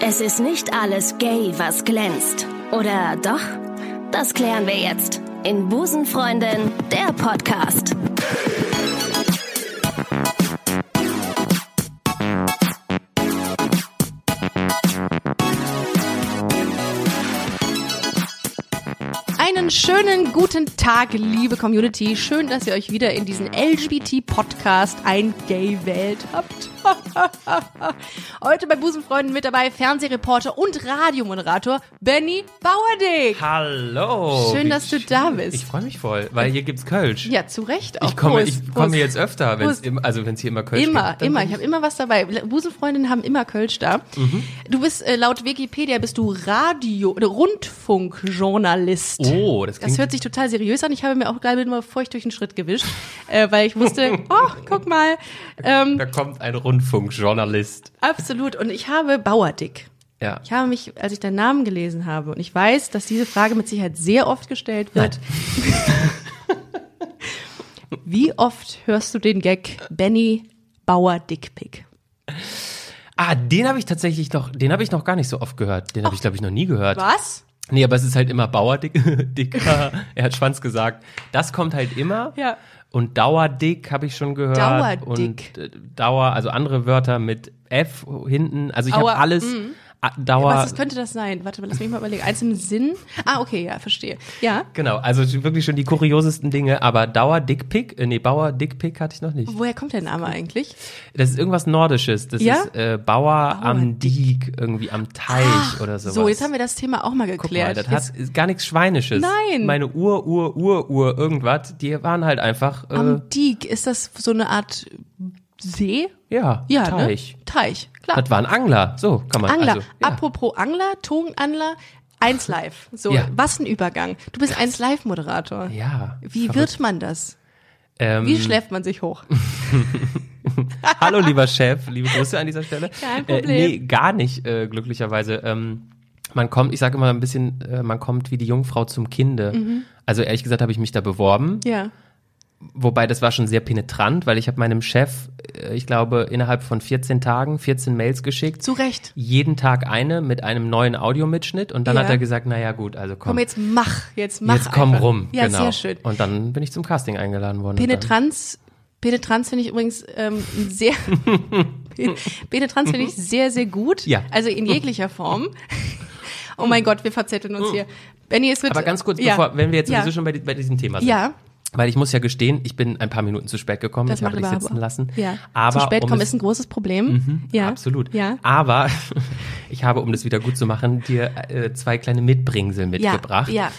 Es ist nicht alles gay, was glänzt. Oder doch? Das klären wir jetzt in Busenfreundin, der Podcast. Einen schönen guten Tag, liebe Community. Schön, dass ihr euch wieder in diesen LGBT-Podcast ein Gay Welt habt. Heute bei Busenfreunden mit dabei Fernsehreporter und Radiomoderator Benny Bauerdick. Hallo. Schön, dass du da bist. Ich freue mich voll, weil hier gibt's Kölsch. Ja, zu Recht auch. Ich komme, Prost, ich komme Prost. jetzt öfter, wenn's Prost. im, also wenn es hier immer Kölsch Immer, gibt. dann immer. bin Ich habe immer was dabei. Busenfreundinnen haben immer Kölsch da. Mhm. Du bist äh, laut Wikipedia bist du Radio oder Rundfunkjournalist. Oh, das Das klingt hört sich total seriös an. Ich habe mir auch gerade mal feucht durch den Schritt gewischt, äh, weil ich wusste, oh, guck mal, ähm, Da kommt ein Rundfunkjournalist. absolut. Und ich habe Bauerdick. Ja. Ich habe mich, als ich deinen Namen gelesen habe, und ich weiß, dass diese Frage mit Sicherheit sehr oft gestellt wird. Wie oft hörst du den Gag Benny Bauer Dickpick? Ah, den habe ich tatsächlich noch, den habe ich noch gar nicht so oft gehört. Den habe ich glaube ich noch nie gehört. Was? Nee, aber es ist halt immer Bauerdick, dicker. er hat Schwanz gesagt. Das kommt halt immer. Ja. Und Dauerdick habe ich schon gehört. Dauerdick. Und äh, Dauer, also andere Wörter mit F hinten. Also ich Aua, Mhm. habe alles. a- Dauer. Was ist, könnte das sein? Warte mal, lass mich mal überlegen. Eins im Sinn? Ah, okay, ja, verstehe. Ja. Genau, also wirklich schon die kuriosesten Dinge, aber Dauer Dickpick, äh, nee, Bauer Dickpick hatte ich noch nicht. Woher kommt der Name eigentlich? Das ist irgendwas Nordisches, das Ja? ist äh, Bauer am Diek, irgendwie am Teich oder sowas. Ah, So, jetzt haben wir das Thema auch mal Guck mal, geklärt. das Jetzt hat ist gar nichts Schweinisches. Nein. Meine Ur, Ur, Ur, Ur, irgendwas, die waren halt einfach, äh, am Diek, ist das so eine Art See? ja, Ja, Teich. Ne? Teich, klar. Das waren Angler, so kann man Angler. also. Ja. Apropos Angler, Tonangler, 1 Live. So, Ja. was ein Übergang. Du bist 1 Live Moderator. ja. Wie verrückt. wird man das? Ähm, Wie schläft man sich hoch? Hallo, lieber Chef, liebe Grüße an dieser Stelle. Kein Problem. Äh, nee, gar nicht, äh, glücklicherweise. Ähm, man kommt, ich sage immer ein bisschen, äh, man kommt wie die Jungfrau zum Kinde. Mhm. Also ehrlich gesagt habe ich mich da beworben, Ja. wobei das war schon sehr penetrant, weil ich habe meinem Chef, äh, ich glaube, innerhalb von 14 Tagen 14 Mails geschickt. Zu Recht. jeden Tag eine mit einem neuen Audiomitschnitt und dann Ja. hat er gesagt, naja gut, also komm, Komm, jetzt mach, jetzt mach jetzt komm einfach. rum. Ja, genau. sehr schön. Und dann bin ich zum Casting eingeladen worden. Und dann- Penetranz, Penetranz finde ich übrigens ähm, ein sehr, Penetranz finde ich sehr, sehr gut. Ja. Also in jeglicher Form. Oh mein Gott, wir verzetteln uns hier. Benny, es wird. Aber ganz kurz, Also, ja. bevor, wenn wir jetzt ja. sowieso schon bei, di- bei diesem Thema sind. Ja, Weil ich muss ja gestehen, ich bin ein paar Minuten zu spät gekommen. das ich habe macht dich überhaupt. sitzen lassen. Ja. Zu Aber spät um kommen es- Mhm, ist ein großes Problem. ja. Absolut. Ja. Aber ich habe, um das wieder gut zu machen, dir äh, zwei kleine Mitbringsel mitgebracht. Ja, ja.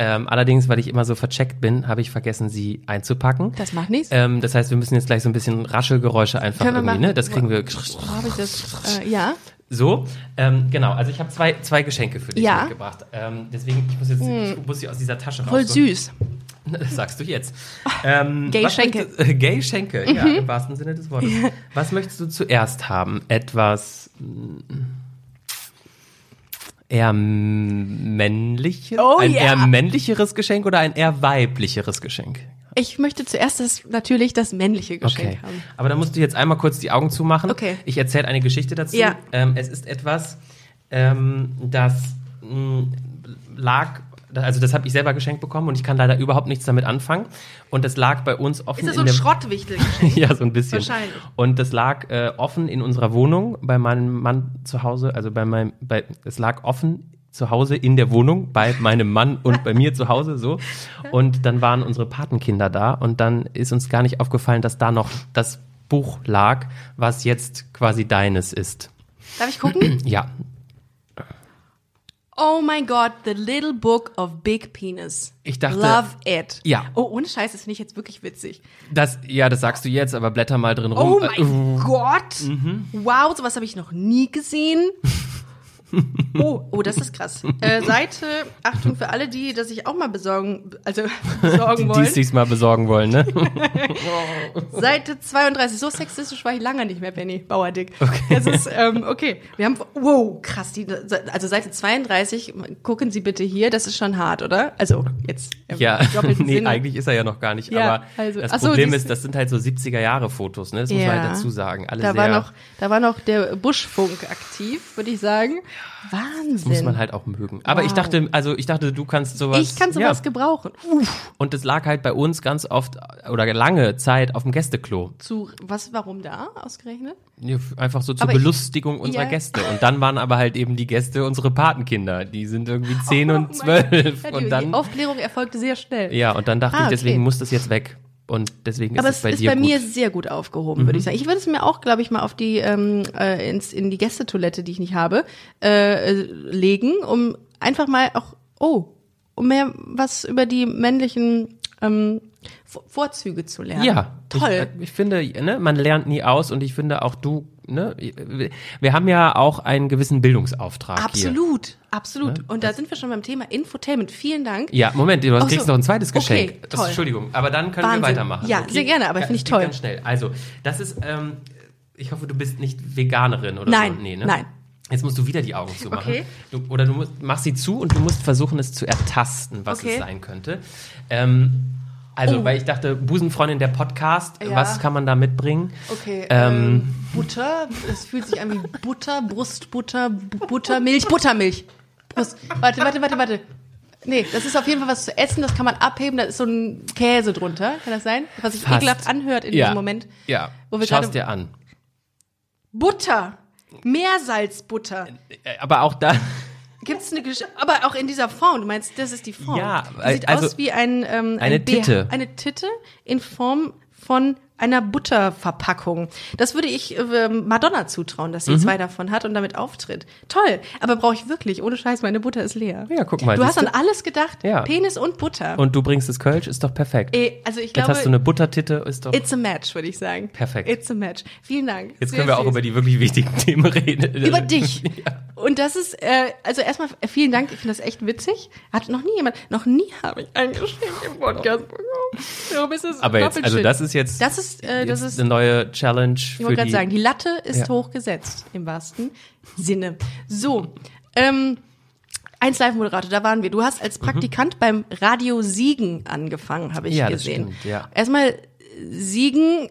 Ähm, allerdings, weil ich immer so vercheckt bin, habe ich vergessen, sie einzupacken. Das macht nichts. Ähm, das heißt, wir müssen jetzt gleich so ein bisschen Raschelgeräusche einfach Können wir irgendwie, machen. ne? Das kriegen wir. Wo habe Oh, ich das? Äh, ja. So, ähm, genau. Also ich habe zwei, zwei Geschenke für dich Ja. Hm. mitgebracht. Ähm, deswegen, ich muss jetzt, ich muss sie aus dieser Tasche Voll rausholen. süß. Na, Das sagst du jetzt. Ähm, Gay was Schenke. Mhm. möchtest- äh, Gay Schenke, ja, im wahrsten Sinne des Wortes. Was möchtest du zuerst haben? Etwas mh, eher männliches? Oh ein ja. eher männlicheres Geschenk oder ein eher weiblicheres Geschenk? Ich möchte zuerst das, natürlich das männliche Geschenk Okay. haben. Aber da musst du jetzt einmal kurz die Augen zumachen. Okay. Ich erzähle eine Geschichte dazu. Ja. Ähm, es ist etwas, ähm, das mh, lag. Also das habe ich selber geschenkt bekommen und ich kann leider überhaupt nichts damit anfangen. Und das lag bei uns offen Ist das so in ein dem Schrottwichtelgeschenk? ja, so ein bisschen. Wahrscheinlich. Und das lag äh, offen in unserer Wohnung bei meinem Mann zu Hause, also bei meinem, bei, es lag offen zu Hause in der Wohnung bei meinem Mann und bei mir zu Hause so. Und dann waren unsere Patenkinder da und dann ist uns gar nicht aufgefallen, dass da noch das Buch lag, was jetzt quasi deines ist. Darf ich gucken? Ja, Oh mein Gott, The Little Book of Big Penis. Ich dachte- Love it. Ja. Oh, ohne Scheiß, das finde ich jetzt wirklich witzig. das, ja, das sagst du jetzt, aber blätter mal drin rum. Mhm. Oh mein Gott. Wow, sowas habe ich noch nie gesehen. Oh, oh, das ist krass. Äh, Seite, Achtung für alle, die das sich auch mal besorgen, also besorgen Äh, Die es wollen. sich mal besorgen wollen, ne? Seite 32. So sexistisch war ich lange nicht mehr, Benny Bauerdick. Okay. Das ist, ähm, okay. Wir haben, wow, krass. Die, also Seite 32, gucken Sie bitte hier, das ist schon hart, oder? Also jetzt. im Ja, doppelten nee, Sinne. eigentlich ist er ja noch gar nicht. Ja, aber also- ach das so, Problem siehst ist, das sind halt so 70er-Jahre-Fotos, ne? Das muss man Ja. halt dazu sagen. Alle da sehr, war noch, da war noch der Buschfunk aktiv, würde ich sagen. Wahnsinn. muss man halt auch mögen. Aber ich Wow. dachte, also ich dachte, du kannst sowas. ich kann sowas gebrauchen. Uff. Ja. Und das lag halt bei uns ganz oft oder lange Zeit auf dem Gästeklo. Zu, was, warum da ausgerechnet? Ja, f- Einfach so zur Aber ich- Belustigung unserer Ja. Gäste. Und dann waren aber halt eben die Gäste unsere Patenkinder. Die sind irgendwie 10 Oh mein und Gott. 12. Ja, die, und dann, die Aufklärung erfolgte sehr schnell. ja, und dann dachte Ah, ich, deswegen okay. muss das jetzt weg. Und deswegen Aber ist es bei ist dir bei gut. Mhm. mir sehr gut aufgehoben, würde ich sagen. Ich würde es mir auch, glaube ich, mal auf die ähm, äh, ins, in die Gästetoilette, die ich nicht habe, äh, äh, legen, um einfach mal auch, oh, um mehr was über die männlichen ähm, Vor- Vorzüge zu lernen. Ja, Toll. Ich, äh, ich finde, ne, man lernt nie aus und ich finde auch du, ne, wir haben ja auch einen gewissen Bildungsauftrag hier. absolut, absolut. Und da sind wir schon beim Thema Infotainment. Vielen Dank. Ja, Moment, du so. kriegst noch ein zweites Okay, Geschenk. das, toll. Entschuldigung, aber dann können Wahnsinn. wir weitermachen. Ja, sehr gerne, aber Ja, finde ich geht toll. Ganz schnell. Also, das ist, ähm, ich hoffe, du bist nicht Veganerin oder Nein, so. ne? nein. Jetzt musst du wieder die Augen zumachen. Okay. Du, oder du musst, machst sie zu und du musst versuchen, es zu ertasten, was Okay. es sein könnte. Ähm, also, Oh. weil ich dachte, Busenfreundin, der Podcast, Ja. was kann man da mitbringen? Okay, ähm, Ähm. Butter, es fühlt sich an wie Butter, Brustbutter, B Buttermilch, Buttermilch. Brust. Warte, warte, warte, warte. Nee, das ist auf jeden Fall was zu essen, das kann man abheben, da ist so ein Käse drunter, kann das sein? Was sich Fast. ekelhaft anhört in Ja. diesem Moment. Ja, Wo wir schau's gerade- dir an. Butter, Meersalzbutter. Äh, Aber auch da, Gibt's eine Gesch aber auch in dieser Form, du meinst, das ist die Form. Ja, die sieht also- aus wie ein, ähm, ein Eine BH Titte. eine Titte in Form von einer Butterverpackung. Das würde ich ähm, Madonna zutrauen, dass sie Mhm. zwei davon hat und damit auftritt. Toll, aber brauche ich wirklich, ohne Scheiß, meine Butter ist leer. Ja, guck mal, Du hast siehst an du? alles gedacht, Ja. Penis und Butter. und du bringst das Kölsch, ist doch perfekt. Ey, also ich Jetzt glaube, hast du eine Buttertitte, ist doch. it's a match, würde ich sagen. Perfekt. It's a match. Vielen Dank. Jetzt Sehr können wir auch süß. über die wirklich wichtigen Themen reden. Über dich. Und das ist, äh, also erstmal äh, vielen Dank, ich finde das echt witzig. Hat noch nie jemand, noch nie habe ich ein Geschenk im Podcast bekommen. Warum ist das Aber jetzt, doppelt also schön? das ist jetzt, Das ist, äh, das jetzt ist eine neue Challenge ich für wollte gerade die. sagen, die Latte ist Ja. hochgesetzt im wahrsten Sinne. So, ähm, eins Live-Moderator, da waren wir. Du hast Mhm. als Praktikant beim Radio Siegen angefangen, habe ich Ja, das gesehen. stimmt, ja. Erstmal äh, Siegen,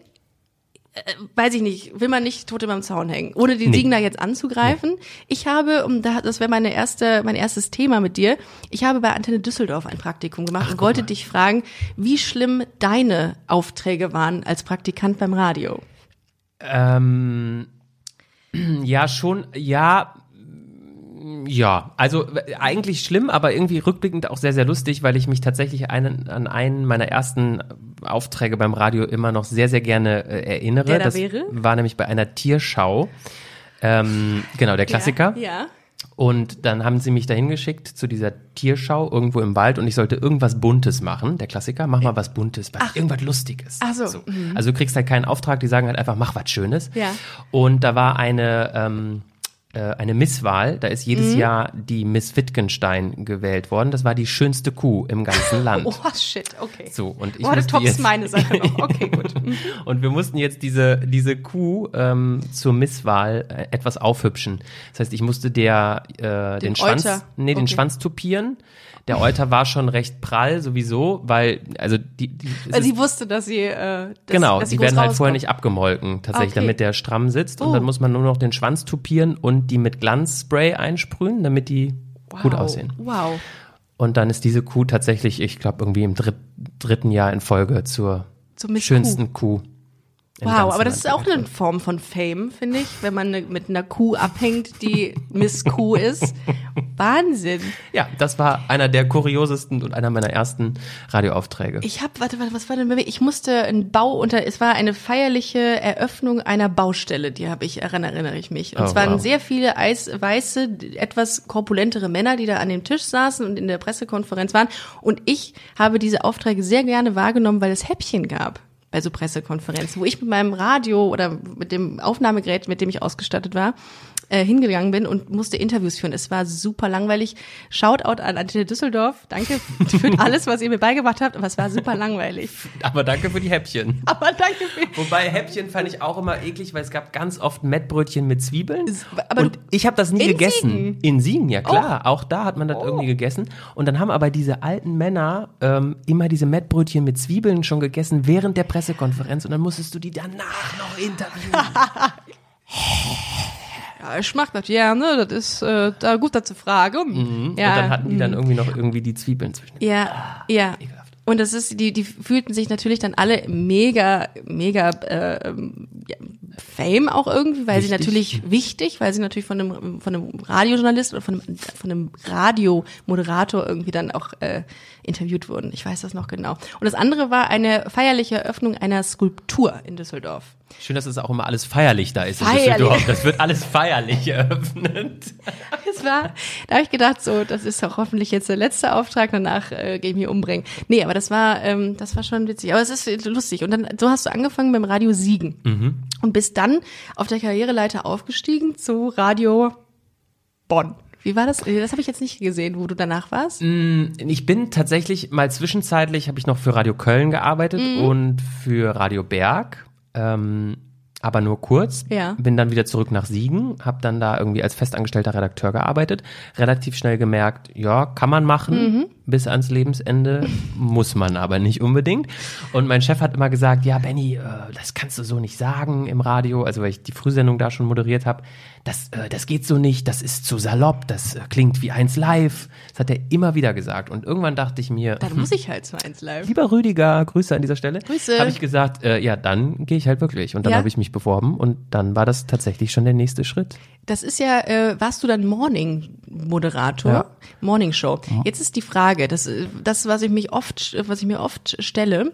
äh, weiß ich nicht, will man nicht tot beim Zaun hängen, ohne den Nee. Siegner jetzt anzugreifen. Ich habe, um, da- das wäre meine erste, mein erstes Thema mit dir, ich habe bei Antenne Düsseldorf ein Praktikum gemacht und wollte dich fragen, wie schlimm deine Aufträge waren als Praktikant beim Radio. Ähm, ja, schon, ja. Ja, also w- eigentlich schlimm, aber irgendwie rückblickend auch sehr, sehr lustig, weil ich mich tatsächlich einen, an einen meiner ersten Aufträge beim Radio immer noch sehr, sehr gerne äh, erinnere. Der da das wäre? war nämlich bei einer Tierschau. Ähm, genau, der Klassiker. Ja. Und dann haben sie mich dahin geschickt zu dieser Tierschau irgendwo im Wald und ich sollte irgendwas Buntes machen. Der Klassiker, mach mal was Buntes, was irgendwas Lustiges. Ach so, Mhm. Also du kriegst halt keinen Auftrag, die sagen halt einfach, mach was Schönes. Ja. Und da war eine, ähm, äh, eine Misswahl, da ist jedes Mhm. Jahr die Miss Wittgenstein gewählt worden. Das war die schönste Kuh im ganzen Land. Oh shit, okay. So, und ich oh, du musste toppst jetzt- meine Sache noch. Okay, gut. Und wir mussten jetzt diese, diese Kuh ähm, zur Misswahl äh, etwas aufhübschen. Das heißt, ich musste der äh, den, Schwanz, Euter. nee, den Okay. Schwanz tupieren. Der Euter war schon recht prall sowieso, weil also die, die es Weil ist- sie wusste, dass sie, äh, dass, genau, dass sie die groß werden halt rauskommt. Ah, vorher nicht abgemolken tatsächlich, Okay. damit der stramm sitzt Oh. und dann muss man nur noch den Schwanz tupieren und die mit Glanzspray einsprühen, damit die gut Wow, aussehen. Wow. Und dann ist diese Kuh tatsächlich, ich glaube irgendwie im dritt, dritten Jahr in Folge zur Zur Miss schönsten Kuh. im Wow, ganzen aber das ist Land auch eine Form von Fame, finde ich, wenn man ne, mit einer Kuh abhängt, die Miss Kuh ist. Wahnsinn. Ja, das war einer der kuriosesten und einer meiner ersten Radioaufträge. Ich habe, warte, warte, was war denn bei mir? Ich musste einen Bau unter, es war eine feierliche Eröffnung einer Baustelle, die habe ich, daran erinnere ich mich. Und Oh, es waren wow. sehr viele eis, weiße, etwas korpulentere Männer, die da an dem Tisch saßen und in der Pressekonferenz waren. Und ich habe diese Aufträge sehr gerne wahrgenommen, weil es Häppchen gab bei so Pressekonferenzen, wo ich mit meinem Radio oder mit dem Aufnahmegerät, mit dem ich ausgestattet war, äh, hingegangen bin und musste Interviews führen. Es war super langweilig. Shoutout an Antenne Düsseldorf. Danke für alles, was ihr mir beigebracht habt, aber es war super langweilig. Aber danke für die Häppchen. Aber danke für. Wobei Häppchen fand ich auch immer eklig, weil es gab ganz oft Mettbrötchen mit Zwiebeln. Ist- aber und du- ich habe das nie in gegessen. Siegen? Oh. In Siegen, ja klar. Auch da hat man das irgendwie gegessen. Und dann haben aber diese alten Männer ähm, immer diese Mettbrötchen mit Zwiebeln schon gegessen während der Pressekonferenz und dann musstest du die danach noch interviewen. Ja, ich mach das gerne, das ist äh, da gut dazu fragen. Ja, Mhm. Mhm. und dann hatten die dann irgendwie noch irgendwie die Zwiebeln zwischen. Ja, ja. Ah, ekelhaft. Und das ist, die, die fühlten sich natürlich dann alle mega, mega äh, ähm, ja, Fame auch irgendwie, weil sie Wichtig. natürlich wichtig, weil sie natürlich von einem, von einem Radiojournalist oder von einem, von einem Radiomoderator irgendwie dann auch äh, interviewt wurden. Ich weiß das noch genau. Und das andere war eine feierliche Eröffnung einer Skulptur in Düsseldorf. Schön, dass es auch immer alles feierlich da ist. in Feierlich. Düsseldorf. Das wird alles feierlich äh, eröffnet. Es war, da habe ich gedacht, so, das ist doch hoffentlich jetzt der letzte Auftrag, danach äh, gehe ich mich umbringen. Nee, aber das war, ähm, das war schon witzig. Aber es ist äh, lustig. Und dann, so hast du angefangen beim Radio Siegen. Und bist dann auf der Karriereleiter aufgestiegen zu Radio Bonn. Wie war das? Äh, Das habe ich jetzt nicht gesehen, wo du danach warst. Ähm, Ich bin tatsächlich mal zwischenzeitlich, habe ich noch für Radio Köln gearbeitet und für Radio Berg, ähm, aber nur kurz. Ja. Bin dann wieder zurück nach Siegen, habe dann da irgendwie als festangestellter Redakteur gearbeitet, relativ schnell gemerkt, ja, kann man machen bis ans Lebensende, muss man aber nicht unbedingt. Und mein Chef hat immer gesagt, ja, Benny, äh, das kannst du so nicht sagen im Radio, also weil ich die Frühsendung da schon moderiert habe, das, äh, das geht so nicht, das ist zu salopp, das äh, klingt wie eins live. Das hat er immer wieder gesagt. Und irgendwann dachte ich mir, Dann muss ich halt zu eins live. lieber Rüdiger, Grüße an dieser Stelle, Grüße. habe ich gesagt, äh, ja, dann gehe ich halt wirklich. Und dann Ja. habe ich mich beworben und dann war das tatsächlich schon der nächste Schritt. Das ist ja, äh, warst du dann Morning-Moderator, Ja. Morning-Show. Jetzt ist die Frage, das, äh, das, was ich mich oft, was ich mir oft stelle,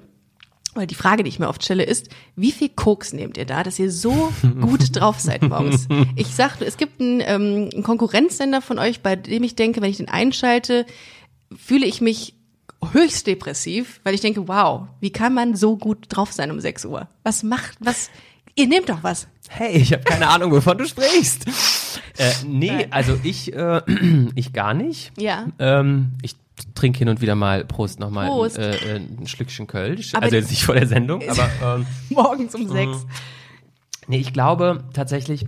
oder die Frage, die ich mir oft stelle, ist, wie viel Koks nehmt ihr da, dass ihr so gut drauf seid morgens? Ich sagte, es gibt einen, ähm, einen Konkurrenzsender von euch, bei dem ich denke, wenn ich den einschalte, fühle ich mich höchst depressiv, weil ich denke, wow, wie kann man so gut drauf sein um 6 Uhr? Was macht, was, ihr nehmt doch was. Hey, ich habe keine Ahnung, wovon du sprichst. Äh, nee, also ich, äh, ich gar nicht. Ja. Ähm, ich trinke hin und wieder mal, Prost nochmal, Prost. Äh, äh, ein Schlückchen Kölsch. Aber also die- jetzt nicht vor der Sendung, aber ähm, Morgens um 6. nee, ich glaube tatsächlich,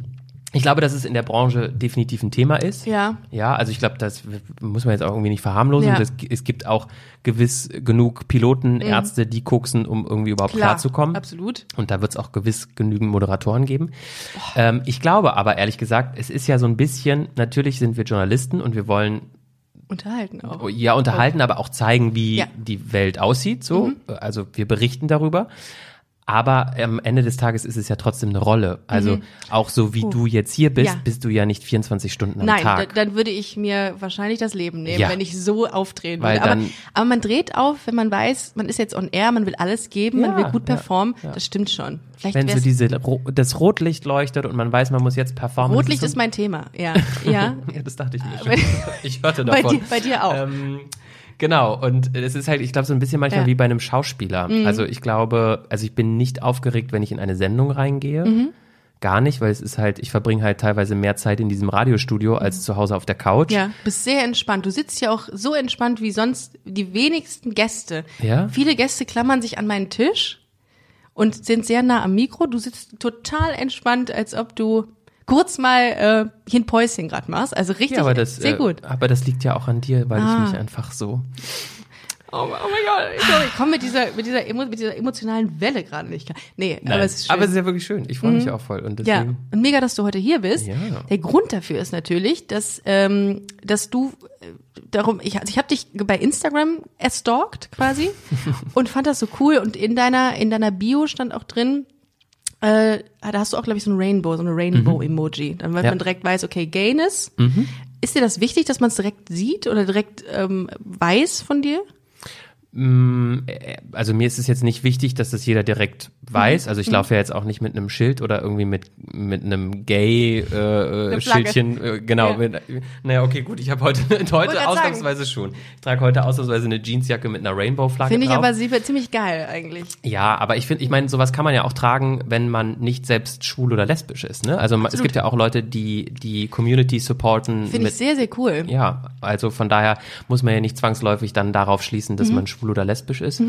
ich glaube, dass es in der Branche definitiv ein Thema ist. Ja. Ja, also ich glaube, das muss man jetzt auch irgendwie nicht verharmlosen. Ja. Mhm. Das, es gibt auch gewiss genug Piloten, Ärzte, die koksen, um irgendwie überhaupt Klar, klarzukommen. Absolut. Und da wird es auch gewiss genügend Moderatoren geben. Ähm, ich glaube aber, ehrlich gesagt, es ist ja so ein bisschen, natürlich sind wir Journalisten und wir wollen Unterhalten auch. oh, ja unterhalten, aber auch zeigen, wie Ja. Mhm. die Welt aussieht. So. Also wir berichten darüber. Aber am Ende des Tages ist es ja trotzdem eine Rolle. Also auch so wie du jetzt hier bist, Mhm. Ja. bist du ja nicht 24 Stunden am Nein, da, Tag. dann würde ich mir wahrscheinlich das Leben nehmen, Ja. wenn ich so aufdrehen Weil würde. Aber, dann- aber man dreht auf, wenn man weiß, man ist jetzt on air, man will alles geben, Ja, man will gut ja, performen. Das stimmt schon. Vielleicht wenn so wär's, diese Ro- das Rotlicht leuchtet und man weiß, man muss jetzt performen. Rotlicht Das ist mein Thema. Ja, ja. so, ja, das dachte ich mir schon. Bei- ich hörte bei, davon. dir, bei dir auch. Ähm, genau, und es ist halt, ich glaube, so ein bisschen manchmal Ja. Mhm. wie bei einem Schauspieler. Also ich glaube, also ich bin nicht aufgeregt, wenn ich in eine Sendung reingehe. Mhm. Gar nicht, weil es ist halt, ich verbringe halt teilweise mehr Zeit in diesem Radiostudio als zu Hause auf der Couch. Mhm. Ja, bist sehr entspannt. Du sitzt ja auch so entspannt wie sonst die wenigsten Gäste. Ja? Viele Gäste klammern sich an meinen Tisch und sind sehr nah am Mikro. Du sitzt total entspannt, als ob du kurz mal äh, hier ein Päuschen gerade machst. Also richtig, Ja, aber das, sehr äh, gut. aber das liegt ja auch an dir, weil Ah. ich mich einfach so. Oh, oh mein Gott, ich, glaub, ich komme mit dieser, mit, dieser, emo- mit dieser emotionalen Welle gerade nicht klar. Nee, Nein. aber es ist schön. Mhm. aber es ist ja wirklich schön. Ich freue mich auch voll. Und ja, deswegen, und mega, dass du heute hier bist. Ja. Der Grund dafür ist natürlich, dass, ähm, dass du äh, darum, ich, also ich habe dich bei Instagram erstalkt quasi und fand das so cool. Und in deiner, in deiner Bio stand auch drin, äh, ah, da hast du auch, glaube ich, so ein Rainbow, so eine Rainbow-Emoji. Dann, weil Mhm. Ja. Mhm. man direkt weiß, okay, Gayness. Ist dir das wichtig, dass man es direkt sieht oder direkt ähm, weiß von dir? Mm, äh, Also mir ist es jetzt nicht wichtig, dass das jeder direkt Mhm. weiß. Also ich laufe ja jetzt auch nicht mit einem Schild oder irgendwie mit mit einem Flagge. Gay-Schildchen. Äh, genau. Ja. Mit, naja, okay, gut. Ich habe heute heute sagen. ausnahmsweise schon. Ich trage heute ausnahmsweise eine Jeansjacke mit einer Rainbow-Flagge Finde ich drauf. aber sie wird ziemlich geil eigentlich. Ja, aber ich finde, ich meine, sowas kann man ja auch tragen, wenn man nicht selbst schwul oder lesbisch ist. Ne? Also man, es gibt ja auch Leute, die die Community supporten. Finde mit, ich sehr, sehr cool. ja, also von daher muss man ja nicht zwangsläufig dann darauf schließen, Mhm. dass man schwul oder lesbisch ist.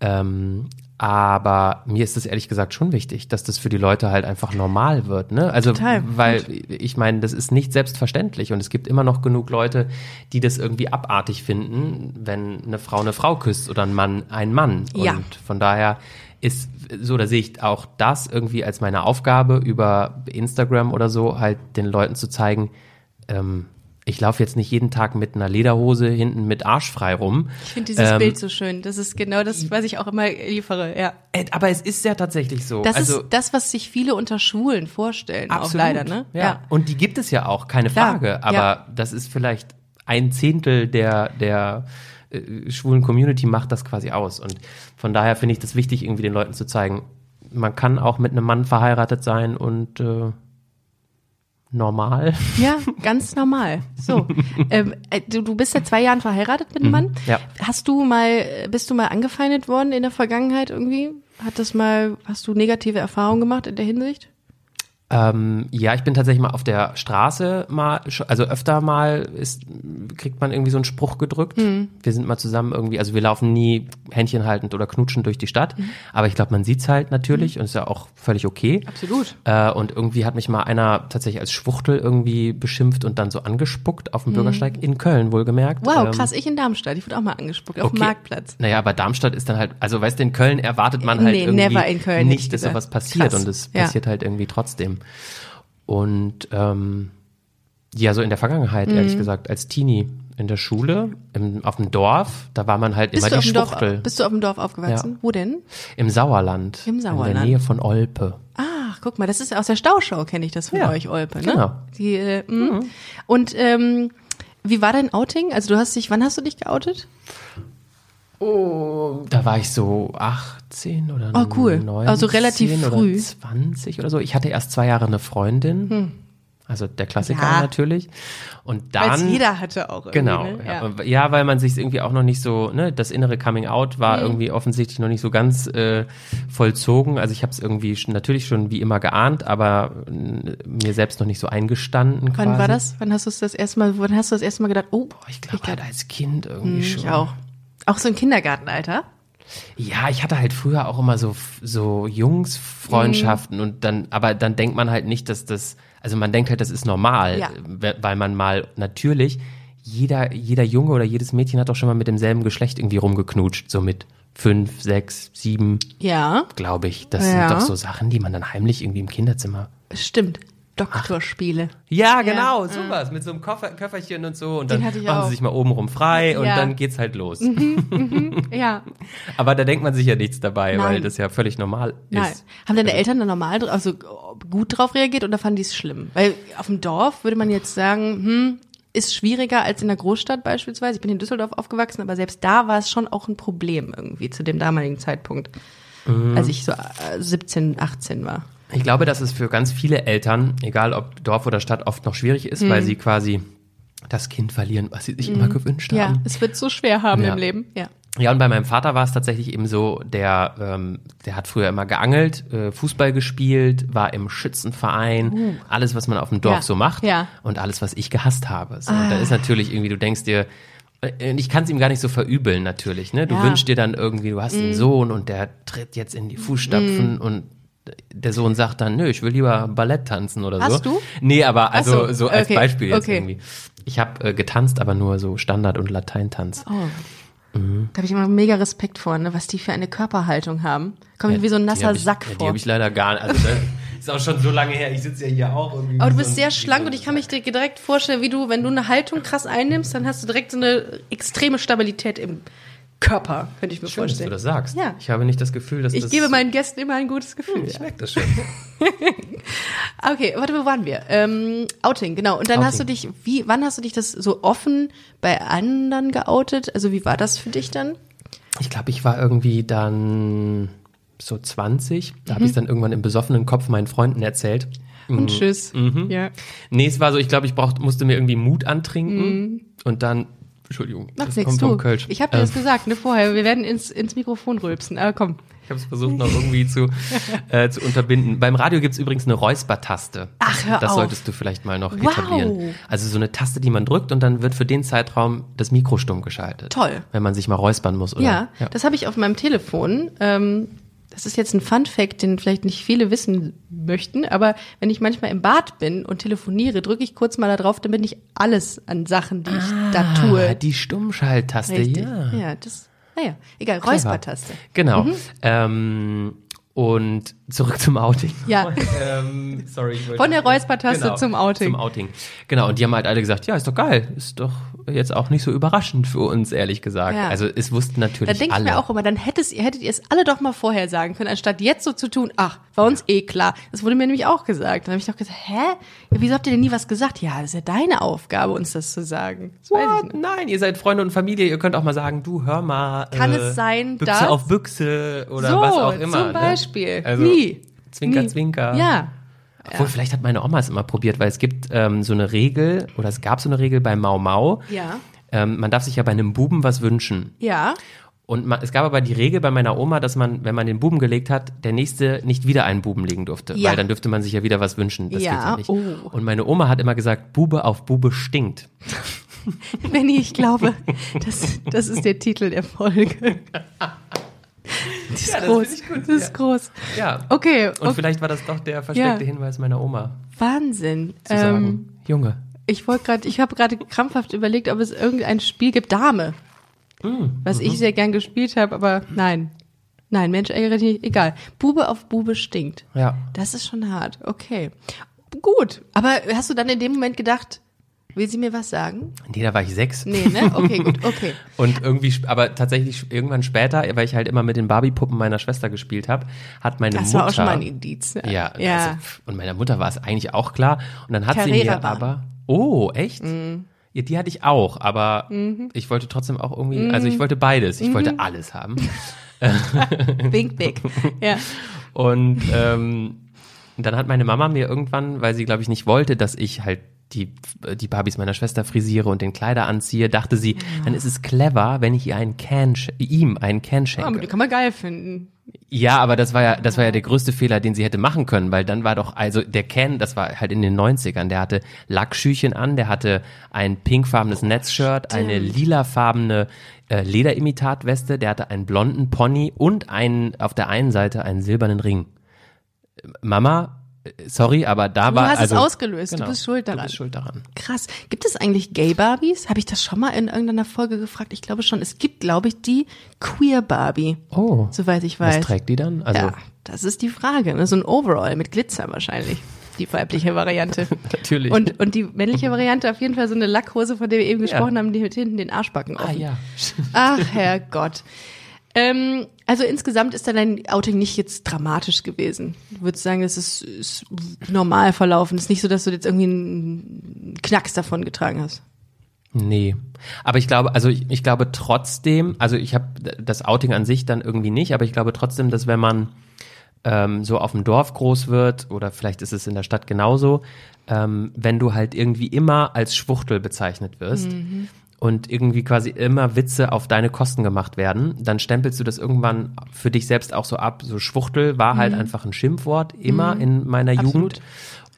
Ähm, aber mir ist es ehrlich gesagt schon wichtig, dass das für die Leute halt einfach normal wird. Ne? Also, Total, weil ich meine, das ist nicht selbstverständlich und es gibt immer noch genug Leute, die das irgendwie abartig finden, wenn eine Frau eine Frau küsst oder ein Mann einen Mann. Ja. Und von daher ist so, da sehe ich auch das irgendwie als meine Aufgabe über Instagram oder so, halt den Leuten zu zeigen, ähm, ich laufe jetzt nicht jeden Tag mit einer Lederhose hinten mit Arsch frei rum. Ich finde dieses Ähm, Bild so schön. Das ist genau das, was ich auch immer liefere. Ja. Äh, Aber es ist ja tatsächlich so. Das also, ist das, was sich viele unter Schwulen vorstellen. Auch absolut. leider, ne? Ja. Und die gibt es ja auch, keine Klar, Frage. ja. Aber das ist vielleicht ein Zehntel der, der äh, schwulen Community macht das quasi aus. Und von daher finde ich das wichtig, irgendwie den Leuten zu zeigen, man kann auch mit einem Mann verheiratet sein und äh, normal. Ja, ganz normal. So, ähm, äh, du, du bist seit zwei Jahren verheiratet mit einem Mann. Mhm. ja. Hast du mal, bist du mal angefeindet worden in der Vergangenheit irgendwie? Hat das mal, hast du negative Erfahrungen gemacht in der Hinsicht? Ähm, ja, ich bin tatsächlich mal auf der Straße mal, sch- also öfter mal ist, kriegt man irgendwie so einen Spruch gedrückt. Hm. Wir sind mal zusammen irgendwie, also wir laufen nie händchenhaltend oder knutschen durch die Stadt, Mhm. aber ich glaube, man sieht's halt natürlich und ist ja auch völlig okay. Absolut. Äh, und irgendwie hat mich mal einer tatsächlich als Schwuchtel irgendwie beschimpft und dann so angespuckt auf dem Bürgersteig in Köln, Mhm. wohlgemerkt. Wow, Ähm, krass. Ich in Darmstadt. Ich wurde auch mal angespuckt auf Okay. dem Marktplatz. Naja, aber Darmstadt ist dann halt, also weißt du, in Köln erwartet man halt Nee, irgendwie never in Köln, hätte ich nicht, dass gesagt. sowas passiert Krass, und es ja. passiert halt irgendwie trotzdem. Und ähm, ja, so in der Vergangenheit, ehrlich Mhm. gesagt, als Teenie in der Schule, im, auf dem Dorf, da war man halt Bist immer du, auf die dem Schwuchtel. Dorf, bist du auf dem Dorf aufgewachsen? Ja. Wo denn? Im Sauerland. Im In der Sauerland. Nähe von Olpe. Ach, guck mal, das ist aus der Stauschau, kenne ich das von Ja, euch, Olpe, ne? genau. Mhm. Die, äh, mh. Und ähm, wie war dein Outing? Also du hast dich, wann hast du dich geoutet? Da war ich so 18 oder Oh, cool. 19 Also relativ oder früh. Hm. 20 oder so. Ich hatte erst zwei Jahre eine Freundin. Also der Klassiker Ja. natürlich. Und Als dann. jeder hatte auch irgendwie, Genau. Ne? Ja. ja. weil man sich irgendwie auch noch nicht so, ne, das innere Coming Out Mhm. war irgendwie offensichtlich noch nicht so ganz äh, vollzogen. Also ich habe es irgendwie schon, natürlich schon wie immer geahnt, aber äh, mir selbst noch nicht so eingestanden. Wann quasi. war das? Wann hast du es das erste Mal, wann hast du das erste Mal gedacht, oh, Boah, ich glaube halt als Kind irgendwie schon. Hm, ich auch. Auch so im Kindergartenalter? Ja, ich hatte halt früher auch immer so so Jungsfreundschaften Mhm. und dann, aber dann denkt man halt nicht, dass das, also man denkt halt, das ist normal, Ja. we- weil man mal natürlich jeder jeder Junge oder jedes Mädchen hat doch schon mal mit demselben Geschlecht irgendwie rumgeknutscht, so mit fünf, sechs, sieben, Ja, glaube ich. Das Ja. sind doch so Sachen, die man dann heimlich irgendwie im Kinderzimmer. stimmt. Doktorspiele. Ja, genau, sowas mit so einem Koffer, Köfferchen und so und Den dann hatte machen ich auch. sie sich mal oben rum frei und Ja. Mhm. dann geht's halt los. Ja, Aber da denkt man sich ja nichts dabei, Nein. weil das ja völlig normal nein. ist. Haben deine Eltern da normal, dr- also gut drauf reagiert oder fanden die es schlimm? Weil auf dem Dorf würde man jetzt sagen, hm, ist schwieriger als in der Großstadt beispielsweise. Ich bin in Düsseldorf aufgewachsen, aber selbst da war es schon auch ein Problem irgendwie zu dem damaligen Zeitpunkt, Ähm. als ich so äh, 17, 18 war. Ich glaube, dass es für ganz viele Eltern, egal ob Dorf oder Stadt, oft noch schwierig ist, weil sie quasi das Kind verlieren, was sie sich immer gewünscht Ja, haben. es wird so schwer haben Ja. im Leben. Ja. Ja, und bei meinem Vater war es tatsächlich eben so, der, ähm, der hat früher immer geangelt, äh, Fußball gespielt, war im Schützenverein, alles, was man auf dem Dorf Uh. Ja, so macht ja. Ah. und alles, was ich gehasst habe. So, Und da ist natürlich irgendwie, du denkst dir, äh, und ich kann es ihm gar nicht so verübeln natürlich, ne? Du Ja. Mm. wünschst dir dann irgendwie, du hast einen Sohn und der tritt jetzt in die Fußstapfen und der Sohn sagt dann, nö, ich will lieber Ballett tanzen oder so. Hast du? Nee, aber also so, so, als okay, Beispiel jetzt okay. irgendwie. Ich habe äh, getanzt, aber nur so Standard- und Lateintanz. Oh. Mhm. Da habe ich immer mega Respekt vor, ne, was die für eine Körperhaltung haben. Komme ich wie so ein Die nasser hab ich, Sack ja, Die vor. habe ich leider gar nicht. Also, das ist auch schon so lange her. Ich sitze ja hier auch irgendwie. Aber du Also, wie bist so sehr ein- schlank und ich kann mich dir direkt vorstellen, wie du, wenn du eine Haltung krass einnimmst, dann hast du direkt so eine extreme Stabilität im Körper, könnte ich mir Schön, dass du vorstellen. das sagst. Ja. Ich habe nicht das Gefühl, dass ich das. gebe meinen Gästen immer ein gutes Gefühl. Ich merke das schon. Okay, warte, wo waren wir? Ähm, Outing, genau. Und dann hast du dich, wie, wann hast du dich das so offen bei anderen geoutet? Also wie war das für dich dann? ich glaube, ich war irgendwie dann so 20. Da Mhm. habe ich dann irgendwann im besoffenen Kopf meinen Freunden erzählt. Und tschüss. mhm. Ja. Nee, es war so, ich glaube, ich braucht, musste mir irgendwie Mut antrinken und dann, Entschuldigung, Macht das kommt Mhm. nichts, vom du. Kölsch. Ich habe dir Ähm, das gesagt, ne, vorher. Wir werden ins, ins Mikrofon rülpsen. Aber komm. Ich habe es versucht, noch irgendwie zu, äh, zu unterbinden. Beim Radio gibt's übrigens eine Räuspertaste. Ach, hör Das auf. solltest du vielleicht mal noch Wow. etablieren. Also so eine Taste, die man drückt und dann wird für den Zeitraum das Mikro stumm geschaltet. Toll. Wenn man sich mal räuspern muss, oder? Ja, das habe ich auf meinem Telefon. Ähm, das ist jetzt ein Fun Fact, den vielleicht nicht viele wissen möchten, aber wenn ich manchmal im Bad bin und telefoniere, drücke ich kurz mal da drauf, damit nicht alles an Sachen, die ich da Ah, tue. die Stummschalttaste, Richtig. ja. ja, das. Naja, egal, Clever. Räuspertaste. Genau. Mhm. Ähm, und zurück zum Outing. Ja. ähm, sorry. ich wollte- genau, Von der Räuspertaste zum Outing. Zum Outing. Genau. Und die haben halt alle gesagt, ja, ist doch geil. Ist doch jetzt auch nicht so überraschend für uns, ehrlich gesagt. Ja. Also es wussten Da natürlich denke ich alle. mir auch immer, dann hättet ihr, hättet ihr es alle doch mal vorher sagen können, anstatt jetzt so zu tun, ach, war uns eh klar. Das wurde mir nämlich auch gesagt. Dann habe ich doch gesagt, hä? Ja, wieso habt ihr denn nie was gesagt? Ja, das ist ja deine Aufgabe, uns das zu sagen. Das weiß ich What? nicht. Nein, ihr seid Freunde und Familie. Ihr könnt auch mal sagen, du hör mal. äh, Kann es sein, Büchse dass- auf Büchse oder so, was auch immer. Zum Beispiel. Ne? Also, Nie. Zwinker, Nie. zwinker. Ja. Obwohl, vielleicht hat meine Oma es immer probiert, weil es gibt ähm, so eine Regel oder es gab so eine Regel bei Mau Mau. Ja. Ähm, man darf sich ja bei einem Buben was wünschen. Ja. Und ma- es gab aber die Regel bei meiner Oma, dass man, wenn man den Buben gelegt hat, der nächste nicht wieder einen Buben legen durfte, Ja. weil dann dürfte man sich ja wieder was wünschen. Das Ja, geht ja nicht. oh. Und meine Oma hat immer gesagt, Bube auf Bube stinkt. Benny, ich glaube, das, das ist der Titel der Folge. Das ist Ja, das groß. finde ich gut, Das ist ja. groß. Ja. Okay, Und okay. vielleicht war das doch der versteckte Hinweis meiner Oma, Wahnsinn. Ähm, zu sagen, Junge, Ich wollte gerade, ich habe gerade krampfhaft überlegt, ob es irgendein Spiel gibt, Dame. Hm, was mhm. ich sehr gern gespielt habe, aber nein. Nein, Mensch, ärgere dich nicht. Egal. Bube auf Bube stinkt. Ja. Das ist schon hart. Okay. Gut. Aber hast du dann in dem Moment gedacht, will sie mir was sagen? nee, da war ich sechs. Nee, ne? Okay, gut, okay. Und irgendwie, sp- aber tatsächlich sp- irgendwann später, weil ich halt immer mit den Barbie-Puppen meiner Schwester gespielt habe, hat meine Das Mutter. war auch schon mal ein Indiz. Ne? Ja, ja. Also, pff, und meiner Mutter war es eigentlich auch klar. Und dann hat sie mir Carrera-Bahn. aber. Oh, echt? Mhm. Ja, die hatte ich auch, aber ich wollte trotzdem auch irgendwie, Mhm. also ich wollte beides, ich wollte alles haben. also. Wink, wink. Ja. Und ähm, und dann hat meine Mama mir irgendwann, weil sie, glaube ich, nicht wollte, dass ich halt die, die Barbies meiner Schwester frisiere und den Kleider anziehe, dachte sie, dann ist es clever, wenn ich ihr einen Can, sch- ihm einen Can Oh, Aber schenke. die kann man geil finden. Ja, aber das war ja, das war ja der größte Fehler, den sie hätte machen können, weil dann war doch, also der Ken, das war halt in den 90ern, der hatte Lackschüchen an, der hatte ein pinkfarbenes Netzshirt, eine lilafarbene äh, Lederimitatweste, der hatte einen blonden Pony und einen, auf der einen Seite einen silbernen Ring. Mama, äh, sorry, aber da Du war. hast also, es ausgelöst. Genau, du bist schuld daran. Du bist schuld daran. Krass. Gibt es eigentlich Gay Barbies? Habe ich das schon mal in irgendeiner Folge gefragt? Ich glaube schon. Es gibt, glaube ich, die Queer Barbie, Oh. soweit ich weiß. Was trägt die dann? Also, ja, das ist die Frage. Ne? So ein Overall mit Glitzer wahrscheinlich. Die weibliche Variante. Natürlich. Mhm. Und, und die männliche Variante auf jeden Fall so eine Lackhose, von der wir eben gesprochen haben, die mit hinten den Arschbacken offen. ah ja. Ach, Herrgott. Ähm, also insgesamt ist dann dein Outing nicht jetzt dramatisch gewesen. Du würdest sagen, es ist, ist normal verlaufen. Es ist nicht so, dass du jetzt irgendwie einen Knacks davon getragen hast. Nee. Aber ich glaube, also ich, ich glaube trotzdem, also ich habe das Outing an sich dann irgendwie nicht, aber ich glaube trotzdem, dass wenn man ähm, so auf dem Dorf groß wird, oder vielleicht ist es in der Stadt genauso, ähm, wenn du halt irgendwie immer als Schwuchtel bezeichnet wirst und irgendwie quasi immer Witze auf deine Kosten gemacht werden, dann stempelst du das irgendwann für dich selbst auch so ab. So Schwuchtel war halt einfach ein Schimpfwort, immer in meiner Jugend.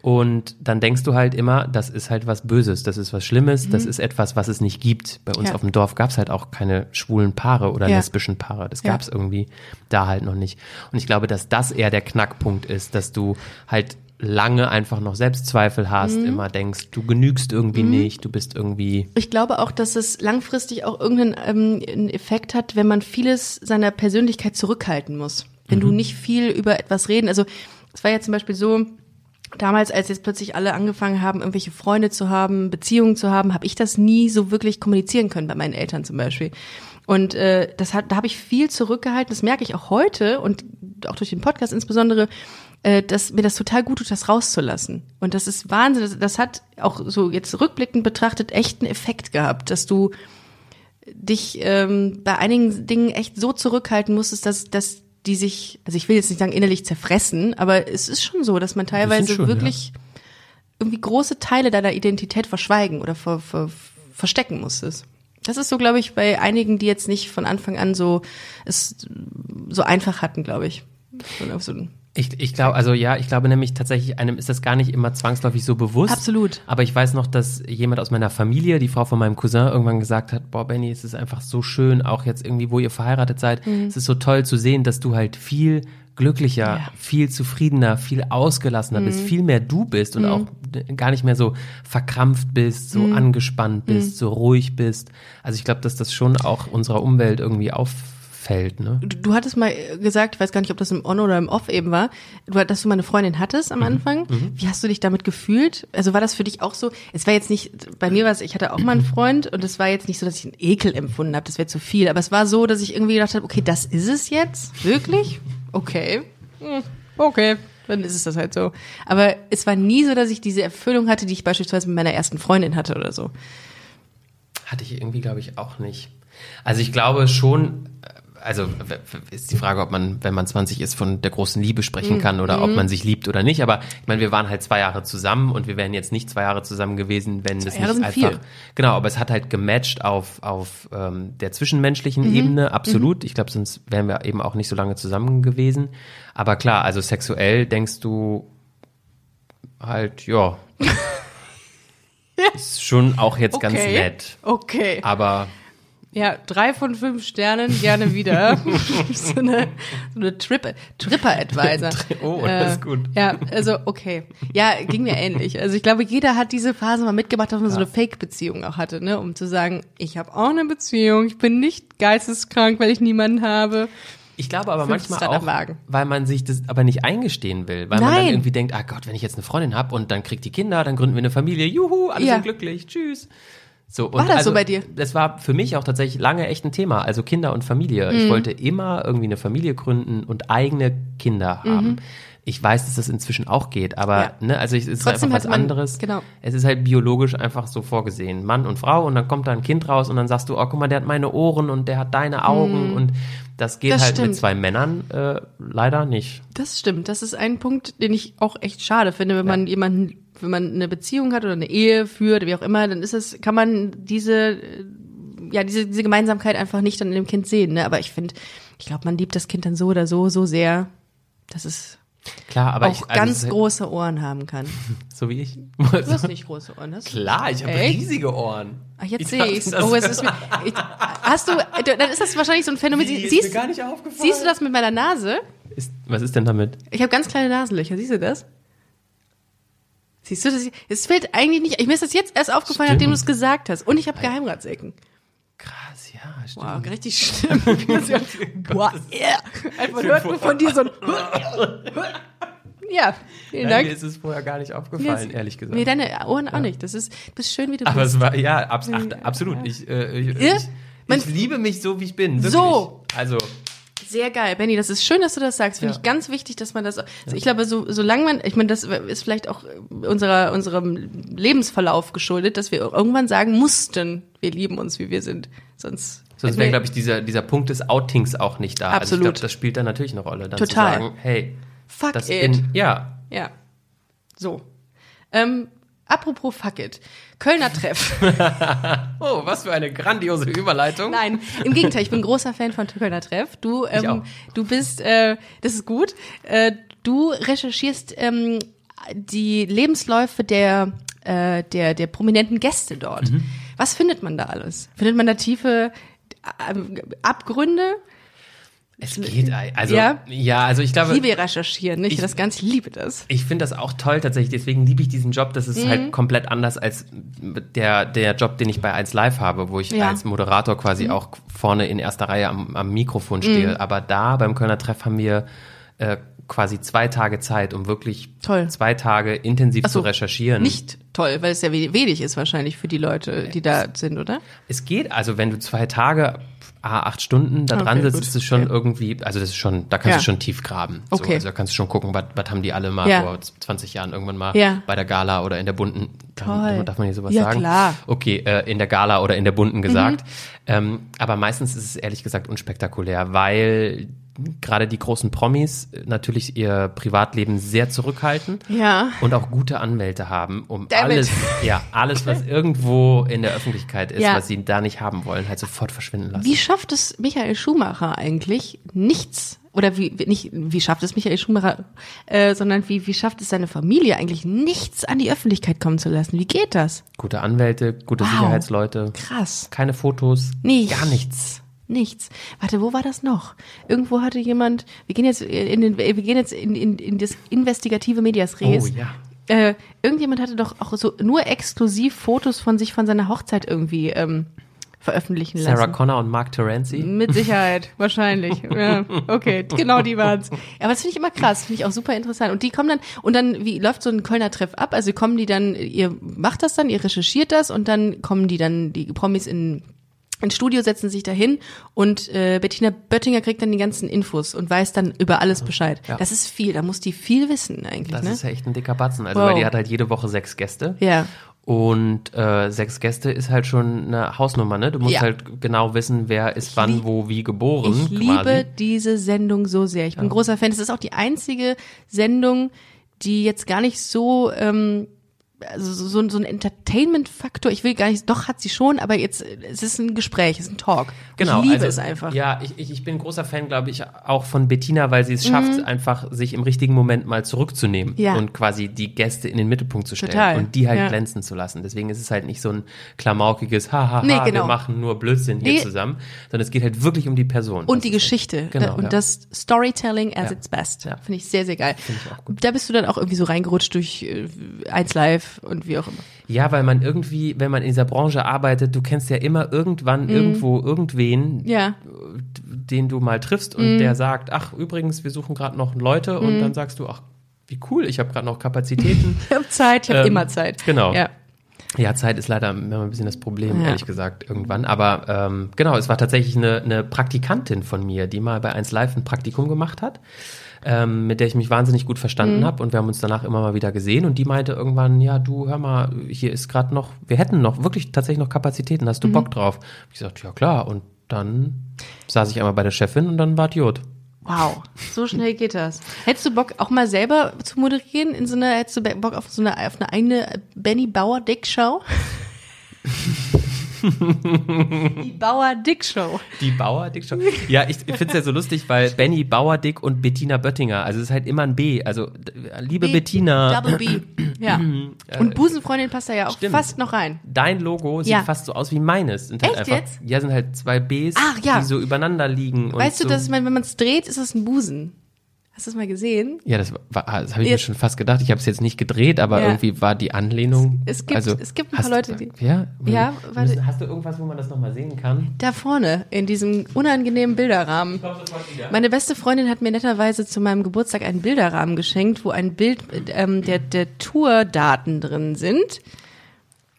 Und dann denkst du halt immer, das ist halt was Böses, das ist was Schlimmes, das ist etwas, was es nicht gibt. Bei uns Ja. auf dem Dorf gab es halt auch keine schwulen Paare oder Ja. lesbischen Paare. Das Ja. gab es irgendwie da halt noch nicht. Und ich glaube, dass das eher der Knackpunkt ist, dass du halt lange einfach noch Selbstzweifel hast, Mhm. immer denkst, du genügst irgendwie nicht, du bist irgendwie Ich glaube auch, dass es langfristig auch irgendeinen ähm, einen Effekt hat, wenn man vieles seiner Persönlichkeit zurückhalten muss. Wenn du nicht viel über etwas reden. Also es war ja zum Beispiel so, damals, als jetzt plötzlich alle angefangen haben, irgendwelche Freunde zu haben, Beziehungen zu haben, habe ich das nie so wirklich kommunizieren können bei meinen Eltern zum Beispiel. Und äh, das hat, da habe ich viel zurückgehalten. Das merke ich auch heute und auch durch den Podcast insbesondere, äh, dass mir das total gut tut, das rauszulassen. Und das ist Wahnsinn. Das, das hat auch so jetzt rückblickend betrachtet echt einen Effekt gehabt, dass du dich ähm, bei einigen Dingen echt so zurückhalten musstest, dass, dass die sich, also ich will jetzt nicht sagen innerlich zerfressen, aber es ist schon so, dass man teilweise schon, wirklich irgendwie große Teile deiner Identität verschweigen oder ver, ver, verstecken musstest. Das ist so, glaube ich, bei einigen, die jetzt nicht von Anfang an so es so einfach hatten, glaube ich. So, auf so ein- Ich, ich glaube, also ja, ich glaube nämlich tatsächlich, einem ist das gar nicht immer zwangsläufig so bewusst. Absolut. Aber ich weiß noch, dass jemand aus meiner Familie, die Frau von meinem Cousin, irgendwann gesagt hat, boah, Benny, es ist einfach so schön, auch jetzt irgendwie, wo ihr verheiratet seid. Es ist so toll zu sehen, dass du halt viel glücklicher, Mhm. Ja. Mhm. viel zufriedener, viel ausgelassener bist, viel mehr du bist und auch gar nicht mehr so verkrampft bist, so Mhm. angespannt bist, so ruhig bist. Also ich glaube, dass das schon auch unserer Umwelt irgendwie auffällt, ne? du, du hattest mal äh, gesagt, ich weiß gar nicht, ob das im On oder im Off eben war, du, dass du mal eine Freundin hattest Mhm. am Anfang. Wie hast du dich damit gefühlt? Also war das für dich auch so? Es war jetzt nicht, bei mir war es, ich hatte auch mal einen Freund und es war jetzt nicht so, dass ich einen Ekel empfunden habe, das wäre zu viel. Aber es war so, dass ich irgendwie gedacht habe, okay, das ist es jetzt? Wirklich? Okay. Hm, Okay. Dann ist es das halt so. Aber es war nie so, dass ich diese Erfüllung hatte, die ich beispielsweise mit meiner ersten Freundin hatte oder so. Hatte ich irgendwie, glaube ich, auch nicht. Also ich glaube schon, äh, also w- w- ist die Frage, ob man, wenn man 20 ist, von der großen Liebe sprechen Mhm. kann oder ob man sich liebt oder nicht. Aber ich meine, wir waren halt zwei Jahre zusammen und wir wären jetzt nicht zwei Jahre zusammen gewesen, wenn es nicht Jahre sind einfach. viel. Genau, aber es hat halt gematcht auf, auf ähm, der zwischenmenschlichen Mhm. Ebene, absolut. Ich glaube, sonst wären wir eben auch nicht so lange zusammen gewesen. Aber klar, also sexuell denkst du halt, ja. Ist schon auch jetzt ganz Okay. nett. Okay. Aber Ja, drei von fünf Sternen, gerne wieder. so eine, so eine Trip, Tripper-Advisor. Äh, Oh, das ist gut. Ja, also okay. Ja, ging mir ähnlich. Also ich glaube, jeder hat diese Phase mal mitgemacht, dass man so eine Fake-Beziehung auch hatte, ne? um zu sagen, ich habe auch eine Beziehung, ich bin nicht geisteskrank, weil ich niemanden habe. Ich glaube aber Fünf manchmal Strand am auch, Wagen. weil man sich das aber nicht eingestehen will, weil man dann Nein. irgendwie denkt, ah Gott, wenn ich jetzt eine Freundin habe und dann kriegt die Kinder, dann gründen wir eine Familie, juhu, alle Ja. sind glücklich, tschüss. So, und also War das so bei dir? Das war für mich auch tatsächlich lange echt ein Thema, also Kinder und Familie. Mhm. Ich wollte immer irgendwie eine Familie gründen und eigene Kinder haben. Ich weiß, dass das inzwischen auch geht, aber Mhm. Ja. ne, also ich, es ist Trotzdem einfach was hat man- anderes. genau. Es ist halt biologisch einfach so vorgesehen. Mann und Frau und dann kommt da ein Kind raus und dann sagst du, oh, guck mal, der hat meine Ohren und der hat deine Augen und das geht Hm. Das halt stimmt. mit zwei Männern äh, leider nicht. Das stimmt. Das ist ein Punkt, den ich auch echt schade finde, wenn man jemanden, wenn man eine Beziehung hat oder eine Ehe führt, wie auch immer, dann ist es, kann man diese, äh, ja, diese, diese Gemeinsamkeit einfach nicht dann in dem Kind sehen. Ne? Aber ich finde, ich glaube, man liebt das Kind dann so oder so, so sehr, dass es Klar, aber auch ich, also es ganz ist halt große Ohren haben kann. so wie ich. Also Du hast nicht große Ohren, hast du? Klar, ich habe Echt? riesige Ohren. Ach, jetzt Ich sehe dachte, ich das- Oh, es ist mir, ich, Hast du, dann ist das wahrscheinlich so ein Phänomen. Die ist mir siehst, gar nicht aufgefallen. siehst du das mit meiner Nase? Ist, was ist denn damit? Ich habe ganz kleine Nasenlöcher, siehst du das? Siehst du das? Es fällt eigentlich nicht. Ich mir ist das jetzt erst aufgefallen, Stimmt. nachdem du es gesagt hast. Und ich habe Geheimratsecken. Krass, Ah, ja, stimmt. Wow, richtig schlimm. Oh Boah, yeah. Einfach hört nur von dir so ein. ja, vielen Nein, Äh, Dank. mir ist es vorher gar nicht aufgefallen, ehrlich gesagt. Nee, deine Ohren auch nicht. Das ist, du bist schön, wie du aber bist. es war, ja, abs ach, absolut. Ich, äh, ich, Hm. Ihr? ich, Man- ich liebe mich so, wie ich bin. Wirklich. So. Also, Sehr geil, Benny. Das ist schön, dass du das sagst. Finde Ja. ich ganz wichtig, dass man das. Also Ich glaube, so, solange man, ich meine, das ist vielleicht auch unserer, unserem Lebensverlauf geschuldet, dass wir irgendwann sagen mussten, wir lieben uns, wie wir sind. Sonst, Sonst wäre, glaube ich, dieser, dieser Punkt des Outings auch nicht da. Also ich Absolut. glaube, das spielt dann natürlich eine Rolle. Dann Total. Zu sagen, hey, fuck das it. in, ja, ja. So. Ähm, apropos fuck it. Kölner Treff. oh, was für eine grandiose Überleitung. Nein, im Gegenteil, ich bin großer Fan von Kölner Treff. Du, ähm, auch. du bist, äh, das ist gut. Äh, du recherchierst ähm, die Lebensläufe der, äh, der, der prominenten Gäste dort. Mhm. Was findet man da alles? Findet man da tiefe äh, Abgründe? Es geht, ei- also, Ja. ja, also ich Ich glaube, liebe recherchieren, nicht? Ich, Ich- das Ganze, ich liebe das. ich finde das auch toll tatsächlich. Deswegen liebe ich diesen Job. Das ist Mhm. halt komplett anders als der, der Job, den ich bei 1 Live habe, wo ich Ja. Mhm. als Moderator quasi auch vorne in erster Reihe am, am Mikrofon stehe. Aber da beim Kölner Treff haben wir äh, quasi zwei Tage Zeit, um wirklich Toll. zwei Tage intensiv Ach so, zu recherchieren. Äh, Nicht toll, weil es ja we- wenig ist wahrscheinlich für die Leute, die da sind, oder? Es geht, also wenn du zwei Tage, ah, acht Stunden da Okay, dran sitzt, gut. ist es schon Ja. irgendwie, also das ist schon, da kannst Ja. du schon tief graben. So, Okay. Also da kannst du schon gucken, was was haben die alle mal Ja. vor 20 Jahren irgendwann mal Ja. bei der Gala oder in der bunten, darf, Toll. darf man hier sowas Ja, sagen? klar. Mhm. Okay, äh, in der Gala oder in der bunten gesagt. Ähm, aber meistens ist es ehrlich gesagt unspektakulär, weil gerade die großen Promis natürlich ihr Privatleben sehr zurückhalten Ja. und auch gute Anwälte haben, um Damn it. alles, ja, alles, was irgendwo in der Öffentlichkeit ist, Ja. was sie da nicht haben wollen, halt sofort verschwinden lassen. Wie schafft es Michael Schumacher eigentlich nichts? Oder wie wie- nicht wie schafft es Michael Schumacher, äh, sondern wie wie schafft es seine Familie eigentlich nichts an die Öffentlichkeit kommen zu lassen? Wie geht das? Gute Anwälte, gute Wow. Sicherheitsleute, Krass. keine Fotos, Nichts. gar nichts. Nichts. Warte, wo war das noch? Irgendwo hatte jemand, wir gehen jetzt in den, wir gehen jetzt in, in, in das investigative Medias Res. Oh, ja. Äh, irgendjemand hatte doch auch so nur exklusiv Fotos von sich von seiner Hochzeit irgendwie ähm, veröffentlichen lassen. Sarah Connor und Mark Terenzi. Mit Sicherheit, wahrscheinlich. Ja, okay, genau die waren's. Aber das finde ich immer krass, finde ich auch super interessant. Und die kommen dann, und dann, wie läuft so ein Kölner Treff ab? Also kommen die dann, ihr macht das dann, ihr recherchiert das und dann kommen die dann, die Promis in ins Studio setzen sich dahin und äh, Bettina Böttinger kriegt dann die ganzen Infos und weiß dann über alles Bescheid. Ja. Das ist viel, da muss die viel wissen eigentlich, Das ne? ist echt ein dicker Batzen. Also, Wow. weil die hat halt jede Woche sechs Gäste. ja. Und äh, sechs Gäste ist halt schon eine Hausnummer, ne? Du musst Ja. halt genau wissen, wer ist wann, lieb- wo, wie geboren. Ich quasi. liebe diese Sendung so sehr. Ich bin großer Fan. Es ist auch die einzige Sendung, die jetzt gar nicht so ähm, also so, so ein- so ein Entertainment-Faktor. Ich will gar nicht. Doch hat sie schon, aber jetzt es ist ein Gespräch, es ist ein Talk. Genau, ich liebe also, es einfach. Ja, ich, ich, ich bin großer Fan, glaube ich, auch von Bettina, weil sie es schafft, einfach sich im richtigen Moment mal zurückzunehmen Mhm. Ja. und quasi die Gäste in den Mittelpunkt zu stellen Total, und die halt ja. glänzen zu lassen. Deswegen ist es halt nicht so ein klamaukiges Hahaha, Nee, wir genau. machen nur Blödsinn hier Nee. zusammen, sondern es geht halt wirklich um die Person. Und die Das ist halt- Geschichte äh, Genau, und ja. das Storytelling as Ja. its best. Ja. Finde ich sehr, sehr geil. ich auch Da bist du dann auch irgendwie so reingerutscht durch äh, 1 Live und wie auch immer. Ja, weil man irgendwie, wenn man in dieser Branche arbeitet, du kennst ja immer irgendwann Mhm. irgendwo irgendwen, Ja. den du mal triffst und der sagt, ach übrigens, wir suchen gerade noch Leute und dann sagst du, ach wie cool, ich habe gerade noch Kapazitäten. Ich habe Zeit, ich habe Ähm, immer Zeit. genau. Ja. Ja, Zeit ist leider immer ein bisschen das Problem, Ja. ehrlich gesagt, irgendwann. Aber ähm, genau, es war tatsächlich eine, eine Praktikantin von mir, die mal bei 1 Live ein Praktikum gemacht hat, ähm, mit der ich mich wahnsinnig gut verstanden habe und wir haben uns danach immer mal wieder gesehen und die meinte irgendwann, ja, du hör mal, hier ist gerade noch, wir hätten noch wirklich tatsächlich noch Kapazitäten, hast du Bock drauf? Ich sagte, ja klar, und dann saß ich einmal bei der Chefin und dann war Idiot. Wow, so schnell geht das. Hättest du Bock, auch mal selber zu moderieren? In so einer, hättest du Bock auf so eine, auf eine eigene Benny Bauer Dick Show? Die Bauer Dick Show. Die Bauerdick schon. Ja, ich finde es ja so lustig, weil Benny Bauerdick und Bettina Böttinger, also es ist halt immer ein B. Also d- liebe B- Bettina. Double B. Ja. Und Busenfreundin passt da ja auch Mhm. stimmt. fast noch rein. Dein Logo sieht Ja. fast so aus wie meines. Sind halt Echt einfach, jetzt? Ja, sind halt zwei Bs, Ach, ja. die so übereinander liegen. Weißt und du, so. dass man, wenn man es dreht, ist es ein Busen. Hast du das mal gesehen? Ja, das, war- ah, das habe ich mir Jetzt- schon fast gedacht. Ich habe es jetzt nicht gedreht, aber Ja. irgendwie war die Anlehnung. Es- es gibt- also, es gibt ein hast paar du- Leute, die- Ja, Ja, wir warte. müssen, hast du irgendwas, wo man das nochmal sehen kann? Da vorne, in diesem unangenehmen Bilderrahmen. Meine beste Freundin hat mir netterweise zu meinem Geburtstag einen Bilderrahmen geschenkt, wo ein Bild ähm, der, der Tourdaten drin sind.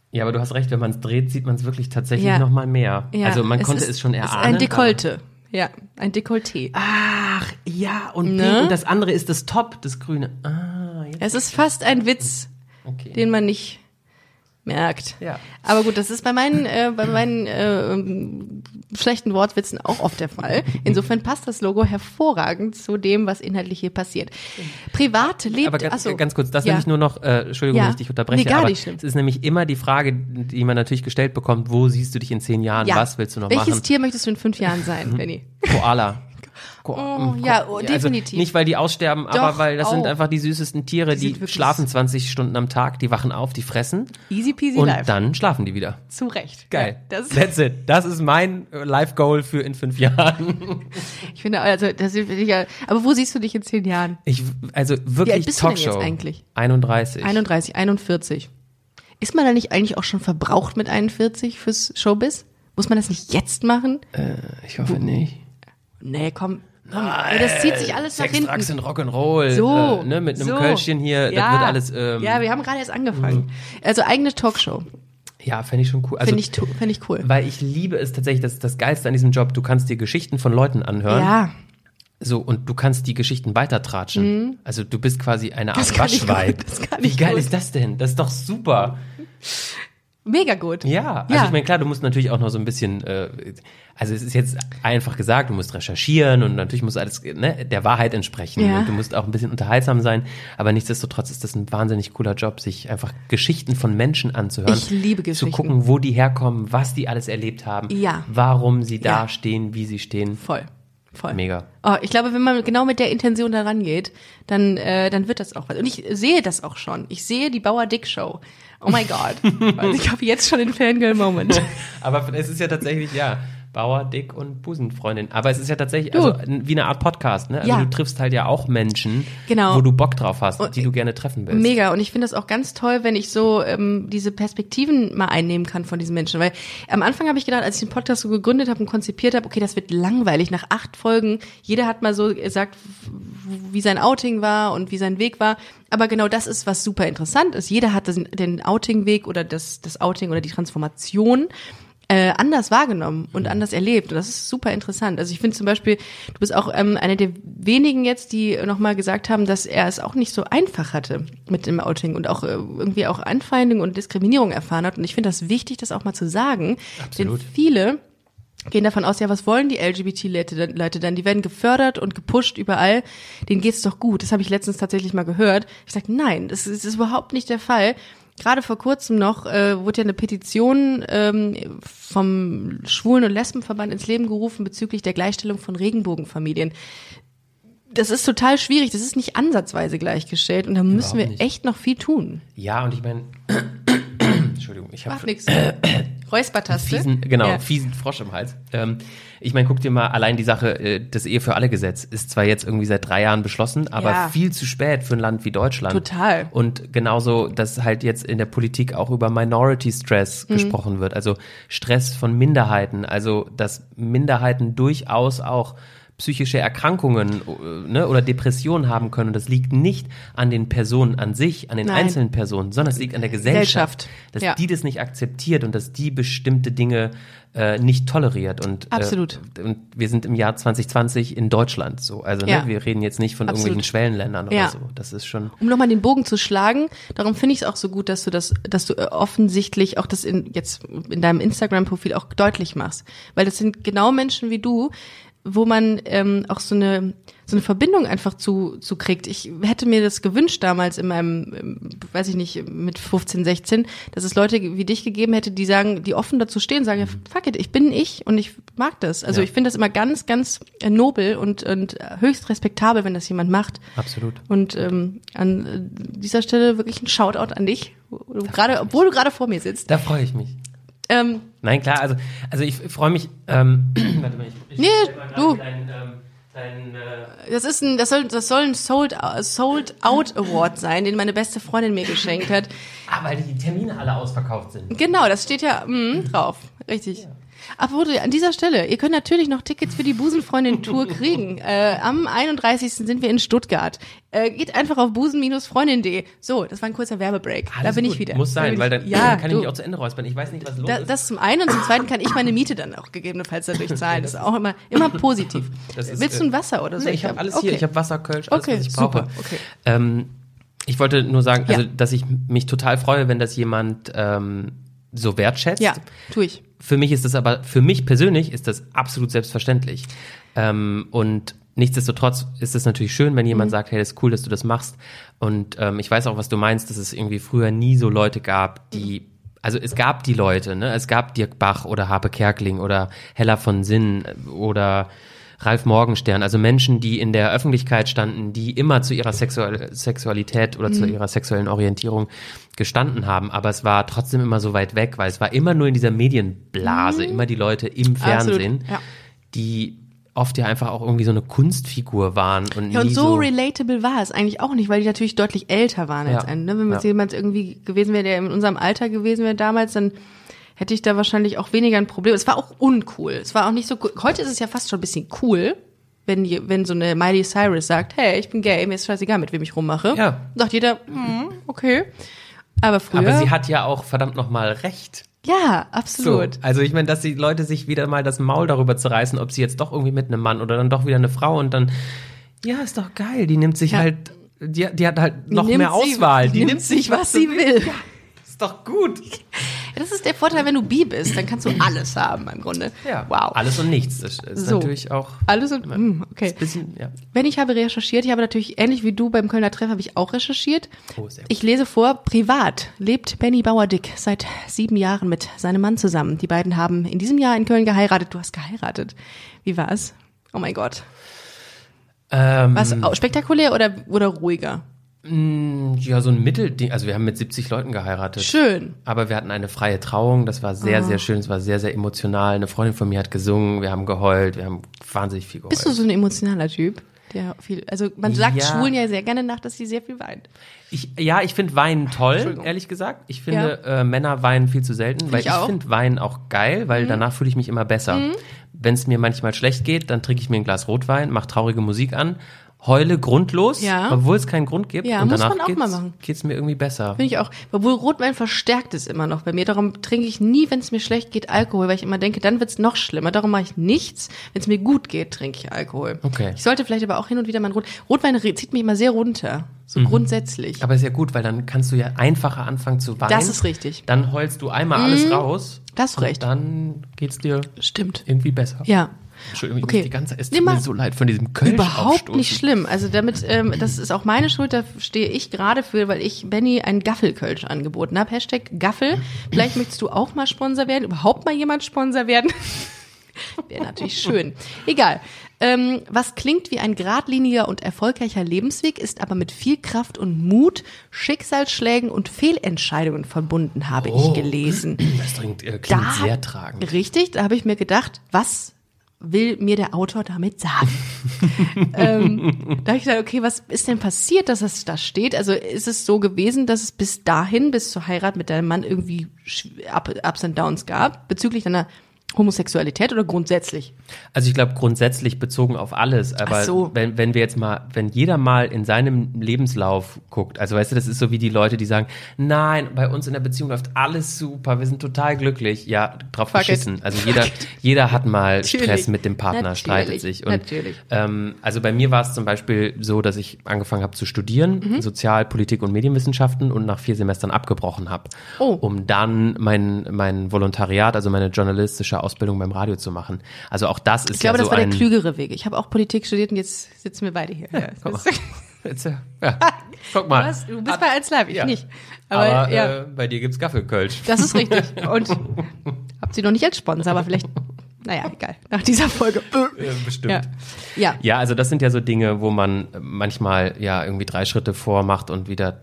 Ja, aber du hast recht, wenn man es dreht, sieht man es wirklich tatsächlich Ja. noch nochmal mehr. Ja, also man es konnte ist- es schon es ist Ein erahnen. aber- Dekolleté. Ja, ein Dekolleté. Ach, ja, und, Ne? pink. und das andere ist das Top, das Grüne. Ah, jetzt, Es ist fast ein Witz, okay. den man nicht merkt. Ja. Aber gut, das ist bei meinen, äh, bei meinen äh, ähm, schlechten Wortwitzen auch oft der Fall. Insofern passt das Logo hervorragend zu dem, was inhaltlich hier passiert. Privat lebt. Aber ganz, achso, ganz kurz, das ja. nämlich nur noch, äh, Entschuldigung, Ja. wenn ich dich unterbreche, Nee, gar aber nicht schlimm. es ist nämlich immer die Frage, die man natürlich gestellt bekommt, wo siehst du dich in zehn Jahren, Ja. was willst du noch Welches machen? Mhm. Tier möchtest du in fünf Jahren sein, Benny? Koala. Ko Oh, ja, oh, definitiv. Also nicht, weil die aussterben, aber Doch, weil das sind auch. einfach die süßesten Tiere, Die die, sind wirklich- schlafen 20 Stunden am Tag, die wachen auf, die fressen Easy peasy und life. dann schlafen die wieder. Zu Recht. Geil. Ja, das, That's it. Das ist mein äh, Life-Goal für in fünf Jahren. ich finde, also, das ist ja. Aber wo siehst du dich in zehn Jahren? Ich, also Wie alt wirklich bist du denn jetzt Talkshow. eigentlich? 31. 31, 41. Ist man da nicht eigentlich auch schon verbraucht mit 41 fürs Showbiz? Muss man das nicht jetzt machen? ich hoffe Äh, nicht. Nee, komm. Ja, das zieht sich alles nach Sex, hinten. Drugs und Rock'n'Roll. So, Äh, ne, mit einem so. Kölschchen hier, ja. das wird alles. Ähm, ja, ja, wir haben gerade erst angefangen. Also eigene Talkshow. fände ich schon cool. Also, Finde ich, to- find ich cool. weil ich liebe es tatsächlich, das ist das Geilste an diesem Job. Du kannst dir Geschichten von Leuten anhören. Ja, So, und du kannst die Geschichten weitertratschen. Also du bist quasi eine Mhm. Das Art kann ich Waschweib. gut, das kann Wie ich geil gut. ist das denn? Das ist doch super. mega gut. Ja, also Ja. ich meine, klar, du musst natürlich auch noch so ein bisschen, äh, also es ist jetzt einfach gesagt, du musst recherchieren und natürlich muss alles ne, der Wahrheit entsprechen. Ja. Und du musst auch ein bisschen unterhaltsam sein, aber nichtsdestotrotz ist das ein wahnsinnig cooler Job, sich einfach Geschichten von Menschen anzuhören. Ich liebe Geschichten. Zu gucken, wo die herkommen, was die alles erlebt haben, Ja. warum sie da Ja. stehen, wie sie stehen. Voll. Voll. Mhm. Mega. Oh, ich glaube, wenn man genau mit der Intention da rangeht, dann, äh, dann wird das auch was. Und ich sehe das auch schon. Ich sehe die Bauer Dick Show. Oh my God. also ich habe jetzt schon den Fangirl-Moment. Aber es ist ja tatsächlich, ja, Bauer, Dick und Busenfreundin. Aber es ist ja tatsächlich Du. also, n- wie eine Art Podcast, ne? Also Ja. du triffst halt ja auch Menschen, Genau. wo du Bock drauf hast, die du gerne treffen willst. Mega. Und ich finde das auch ganz toll, wenn ich so ähm, diese Perspektiven mal einnehmen kann von diesen Menschen. Weil am Anfang habe ich gedacht, als ich den Podcast so gegründet habe und konzipiert habe, okay, das wird langweilig. Nach acht Folgen, jeder hat mal so gesagt, w- wie sein Outing war und wie sein Weg war. Aber genau das ist, was super interessant ist. Jeder hat das, den Outing-Weg oder das, das Outing oder die Transformation äh, anders wahrgenommen und anders erlebt. Und das ist super interessant. Also ich finde zum Beispiel, du bist auch ähm, einer der wenigen jetzt, die nochmal gesagt haben, dass er es auch nicht so einfach hatte mit dem Outing und auch äh, irgendwie auch Anfeindung und Diskriminierung erfahren hat. Und ich finde das wichtig, das auch mal zu sagen. Absolut. Denn viele gehen davon aus, ja, was wollen die LGBT-Leute denn- Leute denn? Die werden gefördert und gepusht überall. Denen geht's doch gut. Das habe ich letztens tatsächlich mal gehört. Ich sage, nein, das ist, ist überhaupt nicht der Fall. Gerade vor kurzem noch äh, wurde ja eine Petition ähm, vom Schwulen- und Lesbenverband ins Leben gerufen bezüglich der Gleichstellung von Regenbogenfamilien. Das ist total schwierig. Das ist nicht ansatzweise gleichgestellt und da müssen wir nicht. echt noch viel tun. Ja, und ich meine, Entschuldigung, ich habe Macht nichts. Räuspertaste. fiesen, genau, Ja. fiesen Frosch im Hals. Ähm, ich meine, guck dir mal allein die Sache, äh, das Ehe für alle Gesetz ist zwar jetzt irgendwie seit drei Jahren beschlossen, aber Ja. viel zu spät für ein Land wie Deutschland. Total. Und genauso, dass halt jetzt in der Politik auch über Minority Stress Mhm. gesprochen wird, also Stress von Minderheiten, also dass Minderheiten durchaus auch psychische Erkrankungen äh, ne, oder Depressionen haben können. Und das liegt nicht an den Personen an sich, an den Nein. Äh, einzelnen Personen, sondern es liegt an der Gesellschaft, Gesellschaft, dass ja. die das nicht akzeptiert und dass die bestimmte Dinge äh, nicht toleriert. Und, Absolut. Äh, und wir sind im Jahr 2020 in Deutschland so. Also Ja. ne, wir reden jetzt nicht von Absolut. irgendwelchen Schwellenländern Ja. oder so. Das ist schon. um nochmal den Bogen zu schlagen, darum finde ich es auch so gut, dass du das, dass du äh, offensichtlich auch das in, jetzt in deinem Instagram-Profil auch deutlich machst. Weil das sind genau Menschen wie du, wo man ähm, auch so eine, so eine Verbindung einfach zu, zu kriegt. Ich hätte mir das gewünscht damals in meinem, ähm, weiß ich nicht, mit 15, 16, dass es Leute wie dich gegeben hätte, die sagen, die offen dazu stehen, sagen, ja, fuck it, ich bin ich und ich mag das. Also Ja. ich finde das immer ganz, ganz äh, nobel und, und äh, höchst respektabel, wenn das jemand macht. Absolut. Und ähm, an äh, dieser Stelle wirklich ein Shoutout an dich, wo du gerade, obwohl du gerade vor mir sitzt. Da freue ich mich. Ähm, Nein, klar, also, also ich freue mich. Ähm, warte mal, ich, ich Nee, stell mal gerade du. Dein, ähm, dein, äh, das ist ein, das soll, das soll ein Sold, äh, Sold Out Award sein, den meine beste Freundin mir geschenkt hat. ah, weil die Termine alle ausverkauft sind. Genau, das steht ja mm, drauf, richtig. Ach, wurde an dieser Stelle, ihr könnt natürlich noch Tickets für die Busenfreundin-Tour kriegen. Äh, am 31. sind wir in Stuttgart. Äh, geht einfach auf busen-freundin.de. So, das war ein kurzer Werbebreak. da Alles bin gut. ich wieder. Muss Da bin sein, ich- weil dann ja, kann du. ich mich auch zu Ende räuspern. Ich weiß nicht, was los Da, ist. das zum einen und zum zweiten kann ich meine Miete dann auch gegebenenfalls dadurch zahlen. Das ist auch immer, immer positiv. Das ist, Willst du äh, ein Wasser oder so? Nee, ich habe hab- alles okay. hier. Ich habe Wasser, Kölsch, alles, Okay, was ich brauche. super. Okay. Ähm, ich wollte nur sagen, Ja. also, dass ich mich total freue, wenn das jemand ähm, so wertschätzt. Ja, tue ich. Für mich ist das aber, für mich persönlich ist das absolut selbstverständlich. Ähm, und nichtsdestotrotz ist es natürlich schön, wenn jemand sagt, hey, das ist cool, dass du das machst. Und ähm, ich weiß auch, was du meinst, dass es irgendwie früher nie so Leute gab, die also es gab die Leute, ne? Es gab Dirk Bach oder Harpe Kerkling oder Hella von Sinn oder Ralf Morgenstern, also Menschen, die in der Öffentlichkeit standen, die immer zu ihrer Sexual Sexualität oder zu ihrer sexuellen Orientierung gestanden haben, aber es war trotzdem immer so weit weg, weil es war immer nur in dieser Medienblase, immer die Leute im Absolut, Fernsehen, ja. die oft ja einfach auch irgendwie so eine Kunstfigur waren und, Ja, und nie so, so relatable war es eigentlich auch nicht, weil die natürlich deutlich älter waren als Ja. ein. Ne? Wenn jetzt Ja. jemand irgendwie gewesen wäre, der in unserem Alter gewesen wäre damals, dann hätte ich da wahrscheinlich auch weniger ein Problem. Es war auch uncool. Es war auch nicht so cool. Heute ist es ja fast schon ein bisschen cool. Wenn, je- wenn so eine Miley Cyrus sagt, hey, ich bin gay, mir ist scheißegal, mit wem ich rummache, Ja. sagt jeder, mm, okay. Aber früher. Aber sie hat ja auch verdammt nochmal recht. ja, So, absolut. also ich meine, dass die Leute sich wieder mal das Maul darüber zerreißen, ob sie jetzt doch irgendwie mit einem Mann oder dann doch wieder eine Frau und dann, ja, ist doch geil, die nimmt sich Ja. halt, die, die hat halt noch nimmt mehr sie- Auswahl. die nimmt sich, was sie will. Ja, ist doch gut. Das ist der Vorteil, wenn du bi bist, dann kannst du alles haben im Grunde. Ja, Wow. Alles und nichts. Das ist So. natürlich auch Alles und, mm, okay. ein bisschen, ja. Wenn ich habe recherchiert, ich habe natürlich ähnlich wie du beim Kölner Treff, habe ich auch recherchiert. Oh, sehr gut. Ich lese vor, privat lebt Benny Bauer-Dick seit sieben Jahren mit seinem Mann zusammen. Die beiden haben in diesem Jahr in Köln geheiratet. Du hast geheiratet. Wie war es? Oh mein Gott. Ähm, War es au- spektakulär oder, oder ruhiger? ja, so ein Mittelding. Also wir haben mit 70 Leuten geheiratet. Schön. Aber wir hatten eine freie Trauung, das war sehr, Mhm. sehr schön, es war sehr, sehr emotional. Eine Freundin von mir hat gesungen, wir haben geheult, wir haben wahnsinnig viel geheult. Bist du so ein emotionaler Typ? Der viel, also man sagt Ja. Schwulen ja sehr gerne nach, dass sie sehr viel weinen. Ich, ja, ich finde Wein toll, ehrlich gesagt. Ich finde äh, Männer weinen viel zu selten, weil ich ich, auch. Mhm. finde Wein auch geil, weil danach fühle ich mich immer besser. Wenn es mir manchmal schlecht geht, dann trinke ich mir ein Glas Rotwein, mache traurige Musik an, heule grundlos, Ja. obwohl es keinen Grund gibt. Ja, und muss danach man auch geht's, mal machen. geht's mir irgendwie besser. Finde ich auch. Obwohl Rotwein verstärkt es immer noch bei mir. Darum trinke ich nie, wenn es mir schlecht geht, Alkohol, weil ich immer denke, dann wird es noch schlimmer. Darum mache ich nichts. Wenn es mir gut geht, trinke ich Alkohol. Okay. Ich sollte vielleicht aber auch hin und wieder mal ein Rot. Rotwein re- zieht mich immer sehr runter. So grundsätzlich. Mhm. Aber ist ja gut, weil dann kannst du ja einfacher anfangen zu weinen. Das ist richtig. Dann heulst du einmal Mhm. alles raus. Das und recht. Dann geht's dir Stimmt. irgendwie besser. Ja. Entschuldigung, Okay. okay. die ganze, es Nee, tut mach- mir so leid von diesem Kölsch Überhaupt aufstoßen. nicht schlimm. Also damit, ähm, das ist auch meine Schuld, da stehe ich gerade für, weil ich Benny einen Gaffelkölsch angeboten habe. Hashtag Gaffel. Vielleicht möchtest du auch mal Sponsor werden, überhaupt mal jemand Sponsor werden. Wäre natürlich schön. Egal. Ähm, was klingt wie ein geradliniger und erfolgreicher Lebensweg, ist aber mit viel Kraft und Mut, Schicksalsschlägen und Fehlentscheidungen verbunden, habe ich Oh. gelesen. Das klingt, äh, klingt sehr tragend. Richtig, da habe ich mir gedacht, was will mir der Autor damit sagen? ähm, da habe ich gesagt, okay, was ist denn passiert, dass es da steht? Also ist es so gewesen, dass es bis dahin, bis zur Heirat mit deinem Mann irgendwie Sch- Up- Ups and Downs gab bezüglich deiner Homosexualität oder grundsätzlich? Also ich glaube grundsätzlich bezogen auf alles, Ach aber so. wenn, wenn wir jetzt mal, wenn jeder mal in seinem Lebenslauf guckt, also weißt du, das ist so wie die Leute, die sagen, nein, bei uns in der Beziehung läuft alles super, wir sind total glücklich. Ja, drauf Fuck it. geschissen. Also jeder, jeder hat mal Natürlich. Stress mit dem Partner, Natürlich. streitet sich. Und Natürlich. ähm, also bei mir war es zum Beispiel so, dass ich angefangen habe zu studieren, Mhm. Sozialpolitik und Medienwissenschaften und nach vier Semestern abgebrochen habe, Oh. um dann mein, mein Volontariat, also meine journalistische Ausbildung beim Radio zu machen. Also auch das ist Ich glaube, ja so das war der ein, klügere Weg. Ich habe auch Politik studiert und jetzt sitzen wir beide hier. Ja, guck mal. das- Jetzt, äh, ja. Guck mal. Was? Du bist bei 1 Live, ich Ja. nicht. Aber, aber ja. äh, bei dir gibt's Gaffelkölsch. Das ist richtig. Und habt sie noch nicht als Sponsor, aber vielleicht, naja, egal. Nach dieser Folge. Äh, bestimmt. Ja. ja. Ja, also das sind ja so Dinge, wo man äh, manchmal ja irgendwie drei Schritte vormacht und wieder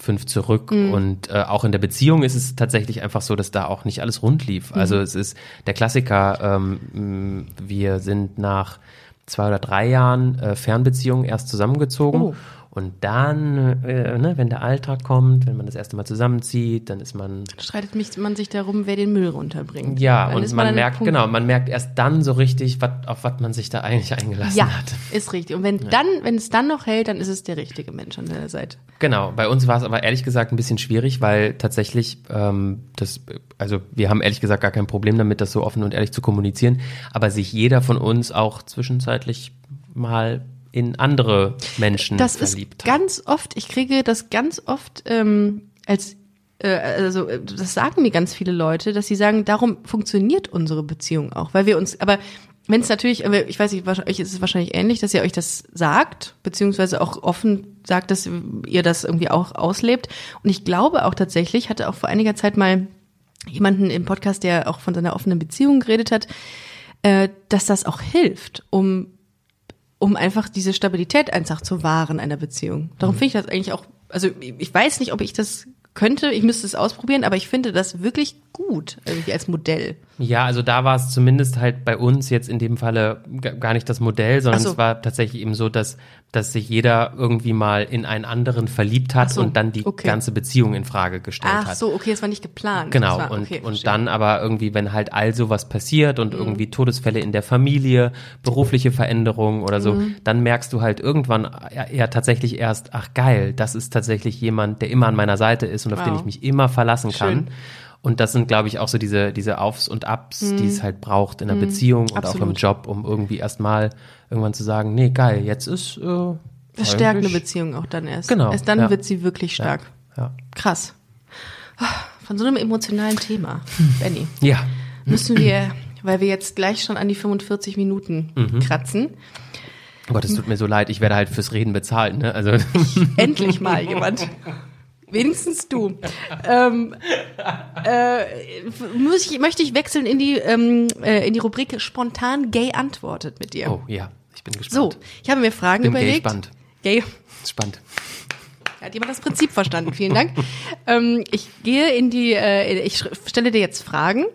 fünf zurück. Mhm. Und äh, auch in der Beziehung ist es tatsächlich einfach so, dass da auch nicht alles rund lief. Mhm. Also es ist der Klassiker, ähm, mh, wir sind nach zwei oder drei Jahren äh, Fernbeziehung erst zusammengezogen. Oh. Und dann, äh, ne, wenn der Alltag kommt, wenn man das erste Mal zusammenzieht, dann ist man Streitet mich man sich darum, wer den Müll runterbringt. ja, Dann ist und man, an einem merkt, Punkt- genau, man merkt erst dann so richtig, wat, auf was man sich da eigentlich eingelassen Ja, hat. ist richtig. Und wenn dann, wenn es dann noch hält, dann ist es der richtige Mensch an deiner Seite. Genau, bei uns war es aber ehrlich gesagt ein bisschen schwierig, weil tatsächlich ähm, das, also wir haben ehrlich gesagt gar kein Problem damit, das so offen und ehrlich zu kommunizieren, aber sich jeder von uns auch zwischenzeitlich mal in andere Menschen Das verliebt ist hat. ganz oft, ich kriege das ganz oft ähm, als, äh, also äh, das sagen mir ganz viele Leute, dass sie sagen, darum funktioniert unsere Beziehung auch, weil wir uns, aber wenn es natürlich, aber ich weiß nicht, wahrscheinlich- euch ist es wahrscheinlich ähnlich, dass ihr euch das sagt, beziehungsweise auch offen sagt, dass ihr das irgendwie auch auslebt. Und ich glaube auch tatsächlich, hatte auch vor einiger Zeit mal jemanden im Podcast, der auch von seiner offenen Beziehung geredet hat, äh, dass das auch hilft, um um einfach diese Stabilität einfach zu wahren einer Beziehung. Mhm. Darum finde ich das eigentlich auch, also ich weiß nicht, ob also ich das könnte, ich müsste es ausprobieren, aber ich finde das wirklich gut, irgendwie als Modell. Ja, also da war es zumindest halt bei uns jetzt in dem Falle g- gar nicht das Modell, sondern Ach so. es war tatsächlich eben so, dass, dass sich jeder irgendwie mal in einen anderen verliebt hat Ach so, und dann die okay. ganze Beziehung in Frage gestellt Ach hat. so, okay, das war nicht geplant. Genau, Mhm, das war, und, okay, und verstehe. Mhm. dann aber irgendwie, wenn halt all sowas passiert und irgendwie Todesfälle in der Familie, berufliche Veränderungen oder so, Mhm. dann merkst du halt irgendwann ja, ja tatsächlich erst, ach geil, das ist tatsächlich jemand, der immer an meiner Seite ist und auf den Wow. ich mich immer verlassen Schön. kann. Und das sind, glaube ich, auch so diese, diese Aufs und Abs, die es halt braucht in einer Beziehung und auch im Mhm. Absolut. Job, um irgendwie erstmal irgendwann zu sagen, nee, geil, jetzt ist äh, Das stärkt eine eigentlich- Beziehung auch dann erst. Genau, Erst dann ja. wird sie wirklich stark. Ja. Krass. Von so einem emotionalen Thema, Hm. Benny, ja. müssen wir, weil wir jetzt gleich schon an die 45 Minuten Mhm. kratzen, Oh Gott, es tut mir so leid, ich werde halt fürs Reden bezahlt, ne? Also endlich mal jemand. Wenigstens du. Ähm, äh, f- muss ich, möchte ich wechseln in die, ähm, äh, in die Rubrik Spontan Gay antwortet mit dir. Oh ja, ich bin so, gespannt. ich habe mir Fragen Bin gay überlegt. gespannt. Gay. Spannend. Hat jemand das Prinzip verstanden? Vielen Dank. ähm, ich gehe in die, äh, ich sch- stelle dir jetzt Fragen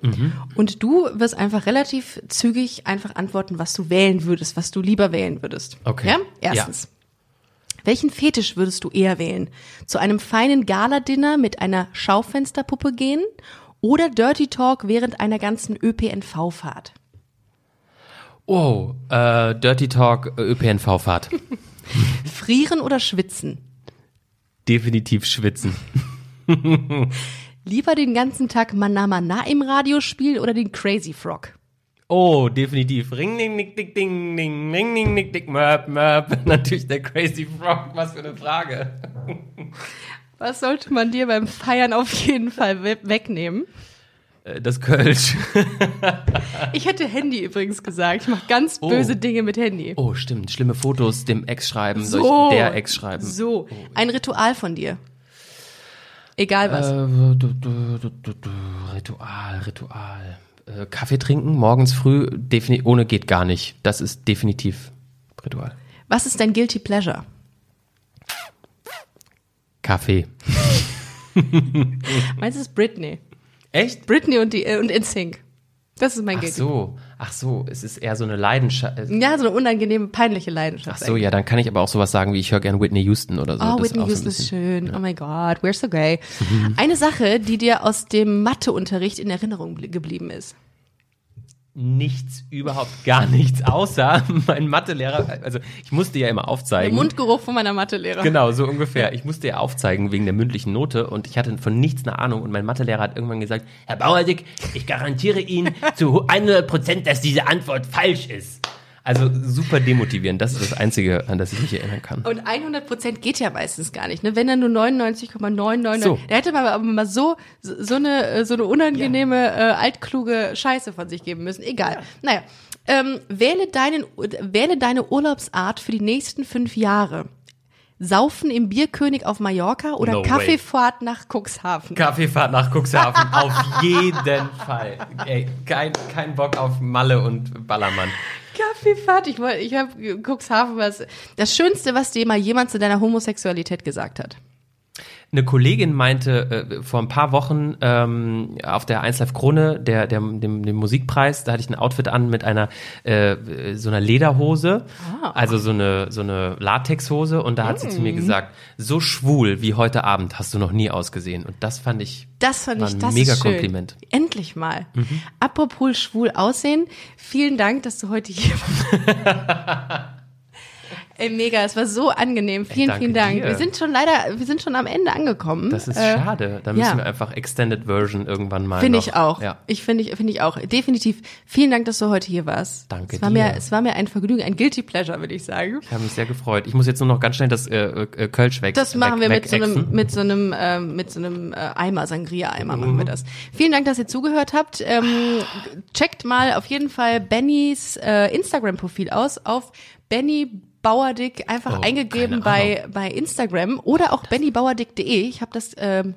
und du wirst einfach relativ zügig einfach antworten, was du wählen würdest, was du lieber wählen würdest. Okay. Ja? Erstens. Welchen Fetisch würdest du eher wählen? Zu einem feinen Gala-Dinner mit einer Schaufensterpuppe gehen oder Dirty Talk während einer ganzen ÖPNV-Fahrt? Oh, äh, Dirty Talk äh, ÖPNV-Fahrt. Frieren oder schwitzen? Definitiv schwitzen. Lieber den ganzen Tag Manamana im Radio spielen oder den Crazy Frog? Oh, definitiv. Ring, ding, nick, dick, ding, ding, ring, ding, nick, dick, möp, möp. Natürlich der Crazy Frog, was für eine Frage. Was sollte man dir beim Feiern auf jeden Fall we wegnehmen? Äh, Das Kölsch. Ich hätte Handy übrigens gesagt. Ich mache ganz Oh. böse Dinge mit Handy. Oh, stimmt. Schlimme Fotos dem Ex schreiben, So. durch der Ex schreiben. So, ein Ritual von dir. Egal was. Äh, du, du, du, du, du, Ritual, Ritual. Äh, Kaffee trinken morgens früh, defini- ohne geht gar nicht. Das ist definitiv Ritual. Was ist dein Guilty Pleasure? Kaffee. Meins ist Britney. Echt? Britney und, die, äh, und NSYNC. Das ist mein Ach Guilty. so, ach so, es ist eher so eine Leidenschaft. äh, Ja, so eine unangenehme, peinliche Ach Leidenschaft. so, ja, dann kann ich aber auch sowas sagen wie ich höre gern Whitney Houston oder so. Oh, Das Whitney auch so ein Houston ist bisschen- Mhm. schön. Oh my God, we're so gay. Eine Sache, die dir aus dem Matheunterricht in Erinnerung bl- geblieben ist. Nichts, überhaupt gar nichts, außer mein Mathelehrer, also ich musste ja immer Der aufzeigen. Mundgeruch von meiner Mathelehrerin. Genau, so ungefähr. Ich musste ja aufzeigen wegen der mündlichen Note und ich hatte von nichts eine Ahnung und mein Mathelehrer hat irgendwann gesagt, Herr Bauerdick, ich garantiere Ihnen zu 100 Prozent, dass diese Antwort falsch ist. Also super demotivierend, das ist das Einzige, an das ich mich erinnern kann. Und 100% geht ja meistens gar nicht, ne? Wenn dann nur 99,999. So. Da hätte man aber mal so so so eine äh, so eine unangenehme äh, altkluge Scheiße von sich geben müssen. Egal. Naja. Ähm, wähle deinen wähle deine Urlaubsart für die nächsten fünf Jahre. Saufen im Bierkönig auf Mallorca oder No way. Kaffeefahrt nach Cuxhaven. Kaffeefahrt nach Cuxhaven, auf jeden Fall. Ey, kein, kein Bock auf Malle und Ballermann. Kaffeefahrt. Ich wollte, ich habe Cuxhaven was. Das Schönste, was dir mal jemand zu deiner Homosexualität gesagt hat. Eine Kollegin meinte äh, vor ein paar Wochen ähm, auf der 1 Live Krone, der, der, dem, dem Musikpreis, da hatte ich ein Outfit an mit einer äh, so einer Lederhose, Ah. also so eine, so eine Latexhose und da hat sie zu Mm. mir gesagt, so schwul wie heute Abend hast du noch nie ausgesehen. Und das fand ich Das fand War ich ein das mega ist schön. Kompliment. Mhm. Endlich mal. Apropos schwul aussehen, vielen Dank, dass du heute hier warst. Ey, mega, es war so angenehm. Vielen, danke vielen Dank. dir. Wir sind schon leider, wir sind schon am Ende angekommen. Das ist Äh, schade. Da ja. müssen wir einfach Extended Version irgendwann mal. Finde noch- ich auch. Ja. Ich finde ich, finde ich auch. Definitiv. Vielen Dank, dass du heute hier warst. Danke es war dir. Mir, es war mir ein Vergnügen, ein guilty pleasure, würde ich sagen. Ich habe mich sehr gefreut. Ich muss jetzt nur noch ganz schnell das äh, äh, Kölsch weg. Das machen wir weg, mit so einem, wegexen. mit so einem, ähm, mit so einem äh, Eimer, Sangria-Eimer machen wir Mhm. das. Vielen Dank, dass ihr zugehört habt. Ähm, checkt mal auf jeden Fall Bennys äh, Instagram-Profil aus auf Benny Bauerdick einfach Oh, eingegeben keine bei, bei Instagram oder auch bennybauerdick.de. Ich habe das ähm,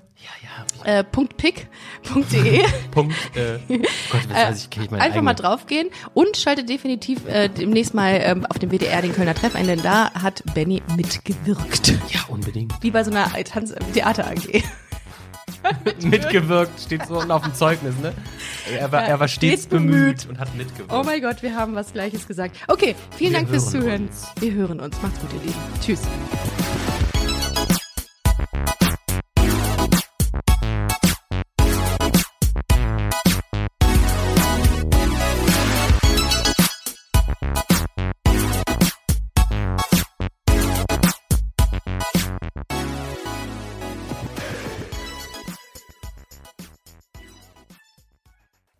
Ja, äh, .pick.de. ja. Punkt. Äh, oh Gott, was weiß ich, krieg ich meine Einfach mal eigene- draufgehen und schaltet definitiv äh, demnächst mal ähm, auf dem WDR den Kölner Treff ein, denn da hat Benny mitgewirkt. Ja, unbedingt. Wie bei so einer Tanz-Theater-AG. mitgewirkt, steht so unten auf dem Zeugnis, ne? Er war, er war stets, Stets bemüht. bemüht und hat mitgewirkt. Oh mein Gott, wir haben was Gleiches gesagt. Okay, vielen Wir Dank fürs hören Zuhören. uns. Wir hören uns. Macht's gut, ihr Lieben. Tschüss.